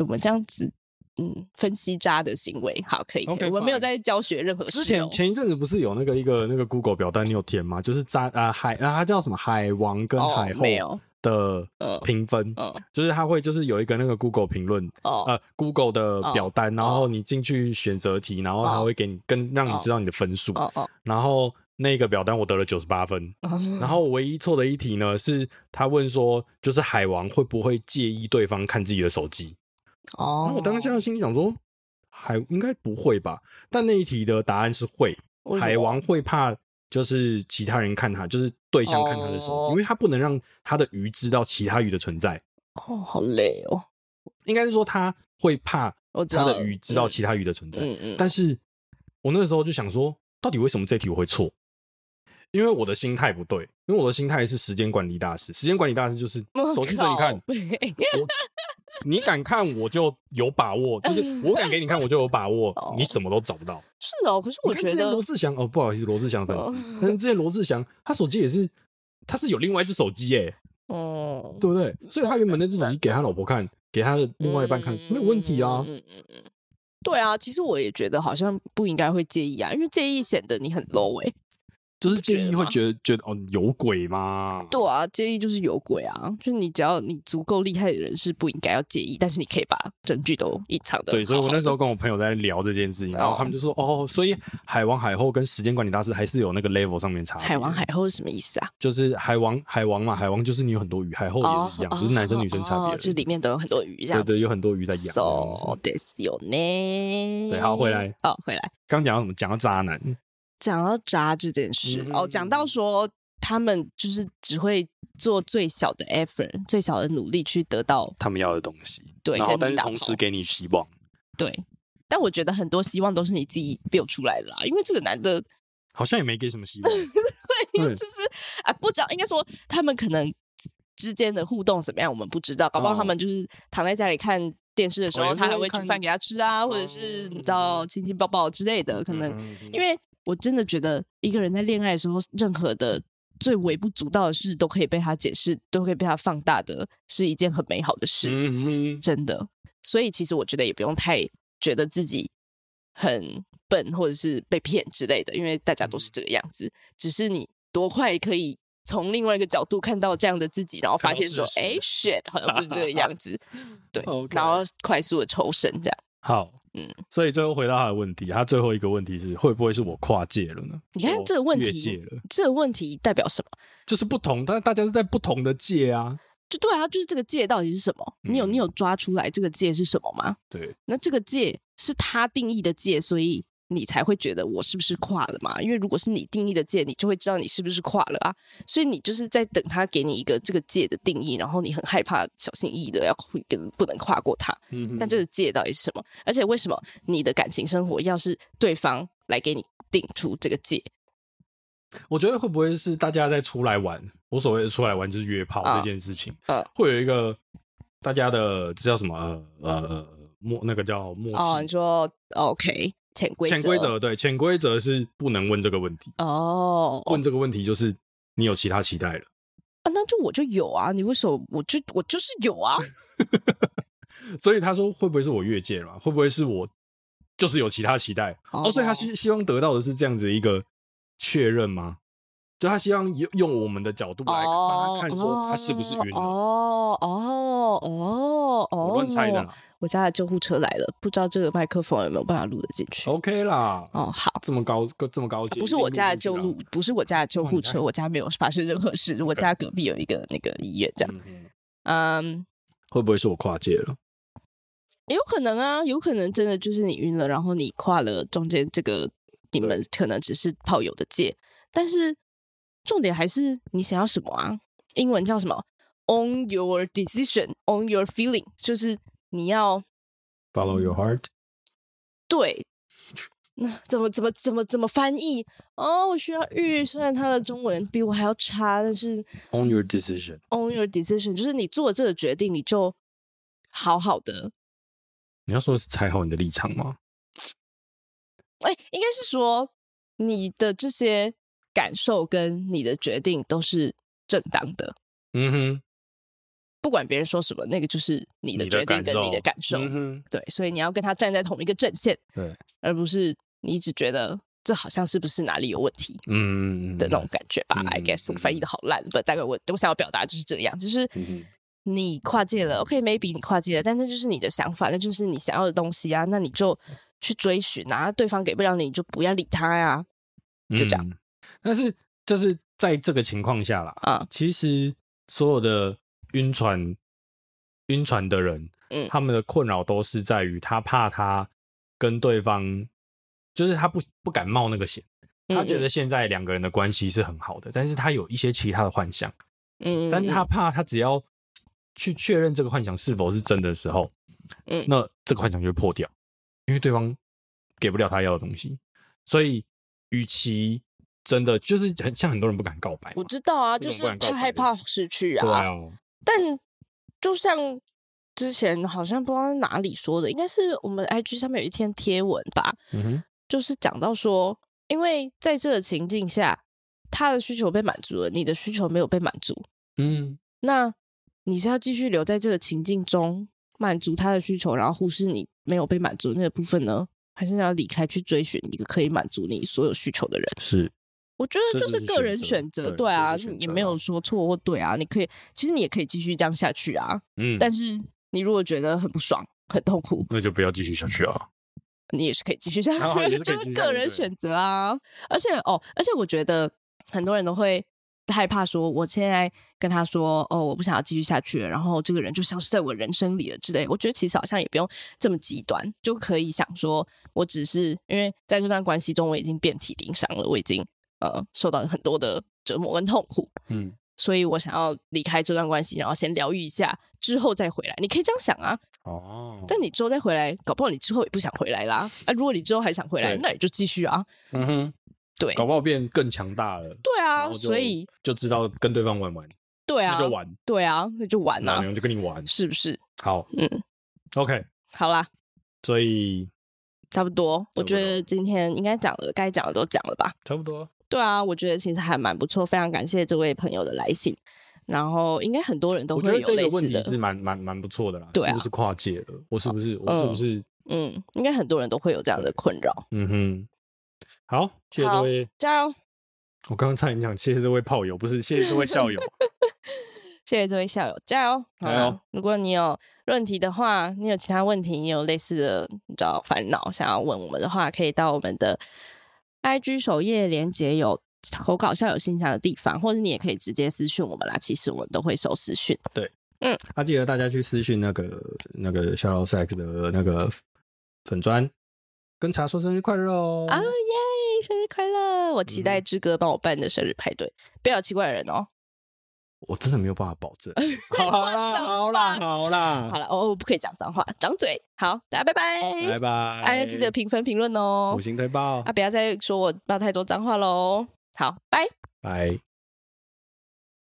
[SPEAKER 2] 我们这样子，嗯，分析渣的行为，好，可以，可以
[SPEAKER 4] OK，
[SPEAKER 2] 我们没有
[SPEAKER 4] fine
[SPEAKER 2] 在教学任何事、哦。
[SPEAKER 4] 之前前一阵子不是有那个一个那个 Google 表单，你有填吗？就是渣啊海啊，它叫什么海王跟
[SPEAKER 2] 哦
[SPEAKER 4] 海后
[SPEAKER 2] 没有
[SPEAKER 4] 的
[SPEAKER 2] 嗯
[SPEAKER 4] 评分，
[SPEAKER 2] 嗯
[SPEAKER 4] 就是它会就是有一个那个 Google 评论，
[SPEAKER 2] 哦、
[SPEAKER 4] 呃，Google 的表单，然后你进去选择题，然后它
[SPEAKER 2] 哦
[SPEAKER 4] 会给你跟让你知道你的分数，
[SPEAKER 2] 哦哦，
[SPEAKER 4] 然后那个表单我得了九十八分，
[SPEAKER 2] 嗯
[SPEAKER 4] 然后唯一错的一题呢是他问说，就是海王会不会介意对方看自己的手机？然
[SPEAKER 2] 哦
[SPEAKER 4] 后我当下心里想说，海应该不会吧？但那一题的答案是会，
[SPEAKER 2] 为什么
[SPEAKER 4] 海王会怕就是其他人看他，就是对象看他的手机，
[SPEAKER 2] 哦
[SPEAKER 4] 因为他不能让他的鱼知道其他鱼的存在。
[SPEAKER 2] 哦，好累哦，
[SPEAKER 4] 应该是说他会怕
[SPEAKER 2] 我知
[SPEAKER 4] 他
[SPEAKER 2] 道
[SPEAKER 4] 的鱼知道
[SPEAKER 2] 嗯
[SPEAKER 4] 其他鱼的存在。
[SPEAKER 2] 嗯嗯，
[SPEAKER 4] 但是我那时候就想说，到底为什么这题我会错？因为我的心态不对，因为我的心态是时间管理大师。时间管理大师就是
[SPEAKER 2] 我
[SPEAKER 4] 手机给你看
[SPEAKER 2] 靠，背
[SPEAKER 4] 我你敢看我就有把握， 就是我敢给你看我就有把握
[SPEAKER 2] 哦，
[SPEAKER 4] 你什么都找不到。
[SPEAKER 2] 是哦，可是我
[SPEAKER 4] 你看
[SPEAKER 2] 觉
[SPEAKER 4] 之前
[SPEAKER 2] 得
[SPEAKER 4] 罗志祥哦，不好意思，罗志祥的粉丝
[SPEAKER 2] 哦，
[SPEAKER 4] 但是之前罗志祥他手机也是，他是有另外一只手机耶，
[SPEAKER 2] 嗯，
[SPEAKER 4] 对不对？所以他原本那只手机给他老婆看，给他的另外一半看，没有问题啊。
[SPEAKER 2] 嗯嗯嗯嗯，对啊，其实我也觉得好像不应该会介意啊，因为介意显得你很 low 哎、
[SPEAKER 4] 就是
[SPEAKER 2] 不觉
[SPEAKER 4] 介意
[SPEAKER 2] 得
[SPEAKER 4] 会
[SPEAKER 2] 吗
[SPEAKER 4] 觉得觉得哦有鬼吗？
[SPEAKER 2] 对啊，介意就是有鬼啊！就是你只要你足够厉害的人是不应该要介意，但是你可以把证据都隐藏的。
[SPEAKER 4] 对，所以我那时候跟我朋友在聊这件事情，然后他们就说哦，所以海王海后跟时间管理大师还是有那个 level 上面差别。
[SPEAKER 2] 海王海后是什么意思啊？
[SPEAKER 4] 就是海王海王嘛，海王就是你有很多鱼，海后哦也是一样，只是男生女生差别而
[SPEAKER 2] 哦
[SPEAKER 4] 已。
[SPEAKER 2] 就是里面都有很多鱼这样
[SPEAKER 4] 对
[SPEAKER 2] 子。
[SPEAKER 4] 对，有很多鱼在养这样子。
[SPEAKER 2] So this 有呢。
[SPEAKER 4] 对好回来
[SPEAKER 2] 哦，回来
[SPEAKER 4] 刚讲到什么？讲到渣男，
[SPEAKER 2] 讲到渣这件事、
[SPEAKER 4] 嗯
[SPEAKER 2] 哦，讲到说他们就是只会做最小的 effort，最小的努力去得到
[SPEAKER 4] 他们要的东西，
[SPEAKER 2] 对
[SPEAKER 4] 然后
[SPEAKER 2] 跟你
[SPEAKER 4] 但是
[SPEAKER 2] 打
[SPEAKER 4] 同时
[SPEAKER 2] 炮
[SPEAKER 4] 给你希望，
[SPEAKER 2] 对。但我觉得很多希望都是你自己 build 出来的啦，因为这个男的
[SPEAKER 4] 好像也没给什么希望。
[SPEAKER 2] 因为
[SPEAKER 4] 对
[SPEAKER 2] 就是啊，不知道应该说他们可能之间的互动怎么样，我们不知道，搞不好他
[SPEAKER 4] 哦
[SPEAKER 2] 们就是躺在家里看电视的时
[SPEAKER 4] 哦
[SPEAKER 2] 候，
[SPEAKER 4] 有时
[SPEAKER 2] 他还
[SPEAKER 4] 候
[SPEAKER 2] 会
[SPEAKER 4] 看哦
[SPEAKER 2] 煮饭给他吃啊，或者是你知道亲亲抱抱之类的， 可能
[SPEAKER 4] 嗯
[SPEAKER 2] 因为我真的觉得一个人在恋爱的时候，任何的。最微不足道的事都可以被他解释，都可以被他放大的，是一件很美好的事。
[SPEAKER 4] 嗯哼，
[SPEAKER 2] 真的。所以其实我觉得也不用太觉得自己很笨或者是被骗之类的，因为大家都是
[SPEAKER 4] 嗯
[SPEAKER 2] 这个样子。只是你多快可以从另外一个角度看到这样的自己，然后
[SPEAKER 4] 看
[SPEAKER 2] 发
[SPEAKER 4] 到
[SPEAKER 2] 现说
[SPEAKER 4] 事，实
[SPEAKER 2] 哎，shit，好像不是这个 样子。对
[SPEAKER 4] OK
[SPEAKER 2] 然后快速的抽身这样。
[SPEAKER 4] 好，
[SPEAKER 2] 嗯
[SPEAKER 4] 所以最后回到他的问题，他最后一个问题是会不会是我跨界了呢？
[SPEAKER 2] 你看
[SPEAKER 4] 我
[SPEAKER 2] 这个问
[SPEAKER 4] 哦越界
[SPEAKER 2] 题
[SPEAKER 4] 了，，
[SPEAKER 2] 这个问题代表什么？
[SPEAKER 4] 就是不同，但大家是在不同的界啊。
[SPEAKER 2] 就对啊，就是这个界到底是什么？你有你
[SPEAKER 4] 嗯
[SPEAKER 2] 有抓出来这个界是什么吗？
[SPEAKER 4] 对，
[SPEAKER 2] 那这个界是他定义的界，所以你才会觉得我是不是跨了嘛？因为如果是你定义的界，你就会知道你是不是跨了啊。所以你就是在等他给你一个这个界的定义，然后你很害怕、小心翼翼的要会跟不能跨过它。
[SPEAKER 4] 嗯哼
[SPEAKER 2] 但这个界到底是什么？而且为什么你的感情生活要是对方来给你定出这个界？
[SPEAKER 4] 我觉得会不会是大家在出来玩？我所谓的出来玩就是约炮
[SPEAKER 2] 啊
[SPEAKER 4] 这件事情，
[SPEAKER 2] 呃
[SPEAKER 4] 会有一个大家的这叫什么？呃呃呃，默那个叫默
[SPEAKER 2] 哦，你
[SPEAKER 4] 契。
[SPEAKER 2] 说 OK 潜规则？
[SPEAKER 4] 潜规则对，潜规则是不能问这个问题。
[SPEAKER 2] 哦，
[SPEAKER 4] 问这个问题就是你有其他期待了。
[SPEAKER 2] 啊，那就我就有啊，你为什么我就我就是有啊？
[SPEAKER 4] 所以他说会不会是我越界了嘛？会不会是我就是有其他期待？哦，所以他希希望得到的是这样子一个确认吗？就他希望用用我们的角度来帮他看，说他是不是晕了。
[SPEAKER 2] 哦哦哦哦！
[SPEAKER 4] 我乱猜的啦。
[SPEAKER 2] 我家的救护车来了，不知道这个麦克风有没有办法录得进去。
[SPEAKER 4] OK 啦，
[SPEAKER 2] 哦，好，
[SPEAKER 4] 这么高这么高级，
[SPEAKER 2] 不是我家的救
[SPEAKER 4] 路
[SPEAKER 2] 护，不是我家的救
[SPEAKER 4] 哇
[SPEAKER 2] 护
[SPEAKER 4] 哦你家
[SPEAKER 2] 车，我家没有发生任何事。我家隔壁有一个那个医院，这样。嗯，
[SPEAKER 4] 会不会是我跨界了？
[SPEAKER 2] 有可能啊，有可能真的就是你晕了，然后你跨了中间这个，你们可能只是炮友的界，但是重点还是你想要什么啊？英文叫什么？On your decision, on your feeling，就是你要
[SPEAKER 4] Follow
[SPEAKER 2] 嗯
[SPEAKER 4] your heart，
[SPEAKER 2] 对。那怎么怎么怎么怎么翻译？哦，我需要日语，虽然它的中文比我还要差，但是
[SPEAKER 4] on your decision。
[SPEAKER 2] on your decision，就是你做这个决定，你就好好的
[SPEAKER 4] 你要说是踩好你的立场吗？
[SPEAKER 2] 哎，应该是说你的这些感受跟你的决定都是正当的，
[SPEAKER 4] 嗯哼，
[SPEAKER 2] 不管别人说什么，那个就是你的
[SPEAKER 4] 你
[SPEAKER 2] 决
[SPEAKER 4] 的
[SPEAKER 2] 定
[SPEAKER 4] 感
[SPEAKER 2] 跟
[SPEAKER 4] 受，
[SPEAKER 2] 你的感受。
[SPEAKER 4] 嗯哼，
[SPEAKER 2] 对，所以你要跟他站在同一个阵线，
[SPEAKER 4] 对，
[SPEAKER 2] 而不是你只觉得这好像是不是哪里有问题
[SPEAKER 4] 嗯
[SPEAKER 2] 的那种感觉吧、i
[SPEAKER 4] 嗯
[SPEAKER 2] guess 我
[SPEAKER 4] 嗯
[SPEAKER 2] 翻译的好烂，不，大概我我想要表达就是这样，就是
[SPEAKER 4] 嗯哼
[SPEAKER 2] 你跨界了，OK，maybe、你跨界了，但那就是你的想法，那就是你想要的东西啊，那你就去追寻啊，对方给不了你，你就不要理他呀、就这样
[SPEAKER 4] 嗯但是就是在这个情况下啦，
[SPEAKER 2] 啊，
[SPEAKER 4] 其实所有的晕船晕船的人，
[SPEAKER 2] 嗯
[SPEAKER 4] 他们的困扰都是在于他怕他跟对方，就是他不不敢冒那个险。他
[SPEAKER 2] 嗯
[SPEAKER 4] 觉得现在两个人的关系是很好的，但是他有一些其他的幻想，
[SPEAKER 2] 嗯，
[SPEAKER 4] 但是他怕他只要去确认这个幻想是否是真的时候，
[SPEAKER 2] 嗯
[SPEAKER 4] 那这个幻想就会破掉，因为对方给不了他要的东西，所以与其真的就是很像很多人不敢告白嘛，
[SPEAKER 2] 我知道啊，就
[SPEAKER 4] 种
[SPEAKER 2] 是
[SPEAKER 4] 不然告
[SPEAKER 2] 他
[SPEAKER 4] 白
[SPEAKER 2] 害
[SPEAKER 4] 的
[SPEAKER 2] 怕失去啊。
[SPEAKER 4] 对啊，
[SPEAKER 2] 但就像之前好像不知道是哪里说的，应该是我们 IG 上面有一篇贴文吧，
[SPEAKER 4] 嗯哼，
[SPEAKER 2] 就是讲到说，因为在这个情境下，他的需求被满足了，你的需求没有被满足，
[SPEAKER 4] 嗯，
[SPEAKER 2] 那你是要继续留在这个情境中满足他的需求，然后忽视你没有被满足的那个部分呢，还是要离开去追寻一个可以满足你所有需求的人？
[SPEAKER 4] 是
[SPEAKER 2] 我觉得
[SPEAKER 4] 这
[SPEAKER 2] 就
[SPEAKER 4] 就是是
[SPEAKER 2] 个
[SPEAKER 4] 选
[SPEAKER 2] 人
[SPEAKER 4] 择
[SPEAKER 2] 选择，
[SPEAKER 4] 对
[SPEAKER 2] 对
[SPEAKER 4] 这
[SPEAKER 2] 啊，
[SPEAKER 4] 是选
[SPEAKER 2] 也
[SPEAKER 4] 择
[SPEAKER 2] 没有
[SPEAKER 4] 啦
[SPEAKER 2] 说错或对啊，你可以，其实你也可以继续这样下去啊。
[SPEAKER 4] 嗯，
[SPEAKER 2] 但是你如果觉得很不爽、很痛苦，
[SPEAKER 4] 那就不要继续下去啊。
[SPEAKER 2] 你也是可以继续下
[SPEAKER 4] 好好也
[SPEAKER 2] 去，
[SPEAKER 4] 是可
[SPEAKER 2] 就
[SPEAKER 4] 以继
[SPEAKER 2] 是
[SPEAKER 4] 续下
[SPEAKER 2] 个
[SPEAKER 4] 去
[SPEAKER 2] 人
[SPEAKER 4] 对
[SPEAKER 2] 选择啊。而且哦，而且我觉得很多人都会害怕说，我现在跟他说，哦，我不想要继续下去了，然后这个人就消失在我人生里了之类。我觉得其实好像也不用这么极端，就可以想说，我只是因为在这段关系中，我已经遍体鳞伤了，我已经呃受到了很多的折磨跟痛苦，
[SPEAKER 4] 嗯，
[SPEAKER 2] 所以我想要离开这段关系，然后先疗愈一下，之后再回来。你可以这样想啊，
[SPEAKER 4] 哦
[SPEAKER 2] 但你之后再回来，搞不好你之后也不想回来 啦。啊，如果你之后还想回来，
[SPEAKER 4] 对
[SPEAKER 2] 那你就继续啊。
[SPEAKER 4] 嗯哼，
[SPEAKER 2] 对，
[SPEAKER 4] 搞不好变更强大了。
[SPEAKER 2] 对
[SPEAKER 4] 然
[SPEAKER 2] 啊，
[SPEAKER 4] 后就
[SPEAKER 2] 所以
[SPEAKER 4] 就知道跟对方玩玩，
[SPEAKER 2] 对啊
[SPEAKER 4] 那，就玩，
[SPEAKER 2] 对啊，那就玩
[SPEAKER 4] 老
[SPEAKER 2] 啊，
[SPEAKER 4] 娘就跟你玩。
[SPEAKER 2] 是不是？
[SPEAKER 4] 好，
[SPEAKER 2] 嗯
[SPEAKER 4] ，OK，
[SPEAKER 2] 好啦，
[SPEAKER 4] 所以
[SPEAKER 2] 差不多。
[SPEAKER 4] 差
[SPEAKER 2] 我
[SPEAKER 4] 不
[SPEAKER 2] 觉得
[SPEAKER 4] 多
[SPEAKER 2] 今天应该讲的、该讲的都讲了吧。
[SPEAKER 4] 差不多，
[SPEAKER 2] 对啊，我觉得其实还蛮不错，非常感谢这位朋友的来信。然后应该很多人都
[SPEAKER 4] 我觉
[SPEAKER 2] 会
[SPEAKER 4] 得
[SPEAKER 2] 有
[SPEAKER 4] 这
[SPEAKER 2] 类
[SPEAKER 4] 个问
[SPEAKER 2] 似
[SPEAKER 4] 题是
[SPEAKER 2] 的，
[SPEAKER 4] 蛮蛮蛮不错的啦，
[SPEAKER 2] 对啊哦
[SPEAKER 4] 是不是跨界了？我是不是我是不是？
[SPEAKER 2] 嗯，应该很多人都会有这样的困扰。
[SPEAKER 4] 嗯哼，好，谢谢这
[SPEAKER 2] 好
[SPEAKER 4] 位，
[SPEAKER 2] 加油！
[SPEAKER 4] 我刚刚差点讲谢谢这位炮友，不是谢谢这位校友，
[SPEAKER 2] 谢谢这位校友，加油！好
[SPEAKER 4] 加
[SPEAKER 2] 啦
[SPEAKER 4] 油
[SPEAKER 2] 如果你有问题的话，你有其他问题，你有类似的你知道烦恼想要问我们的话，可以到我们的 IG 首页连接有投稿校友信箱的地方，或者你也可以直接私讯我们啦。其实我们都会收私讯。
[SPEAKER 4] 啊，记得大家去私讯那个那个 Shadow Sex 的那个粉砖，跟茶说生日快乐哦！嗯
[SPEAKER 2] 啊耶！生日快乐！我期待志哥帮我办的生日派对，不要有奇怪的人哦。
[SPEAKER 4] 我真的没有办法保 证。好啦，好啦，好啦，
[SPEAKER 2] 好了，哦，我不可以讲脏话，张嘴。好，大家拜
[SPEAKER 4] 拜
[SPEAKER 2] 拜，
[SPEAKER 4] 拜！
[SPEAKER 2] 大哎家记得评分评论哦
[SPEAKER 4] 五，星推爆
[SPEAKER 2] 啊，，不要再说我骂太多脏话喽。好，拜。
[SPEAKER 4] 拜。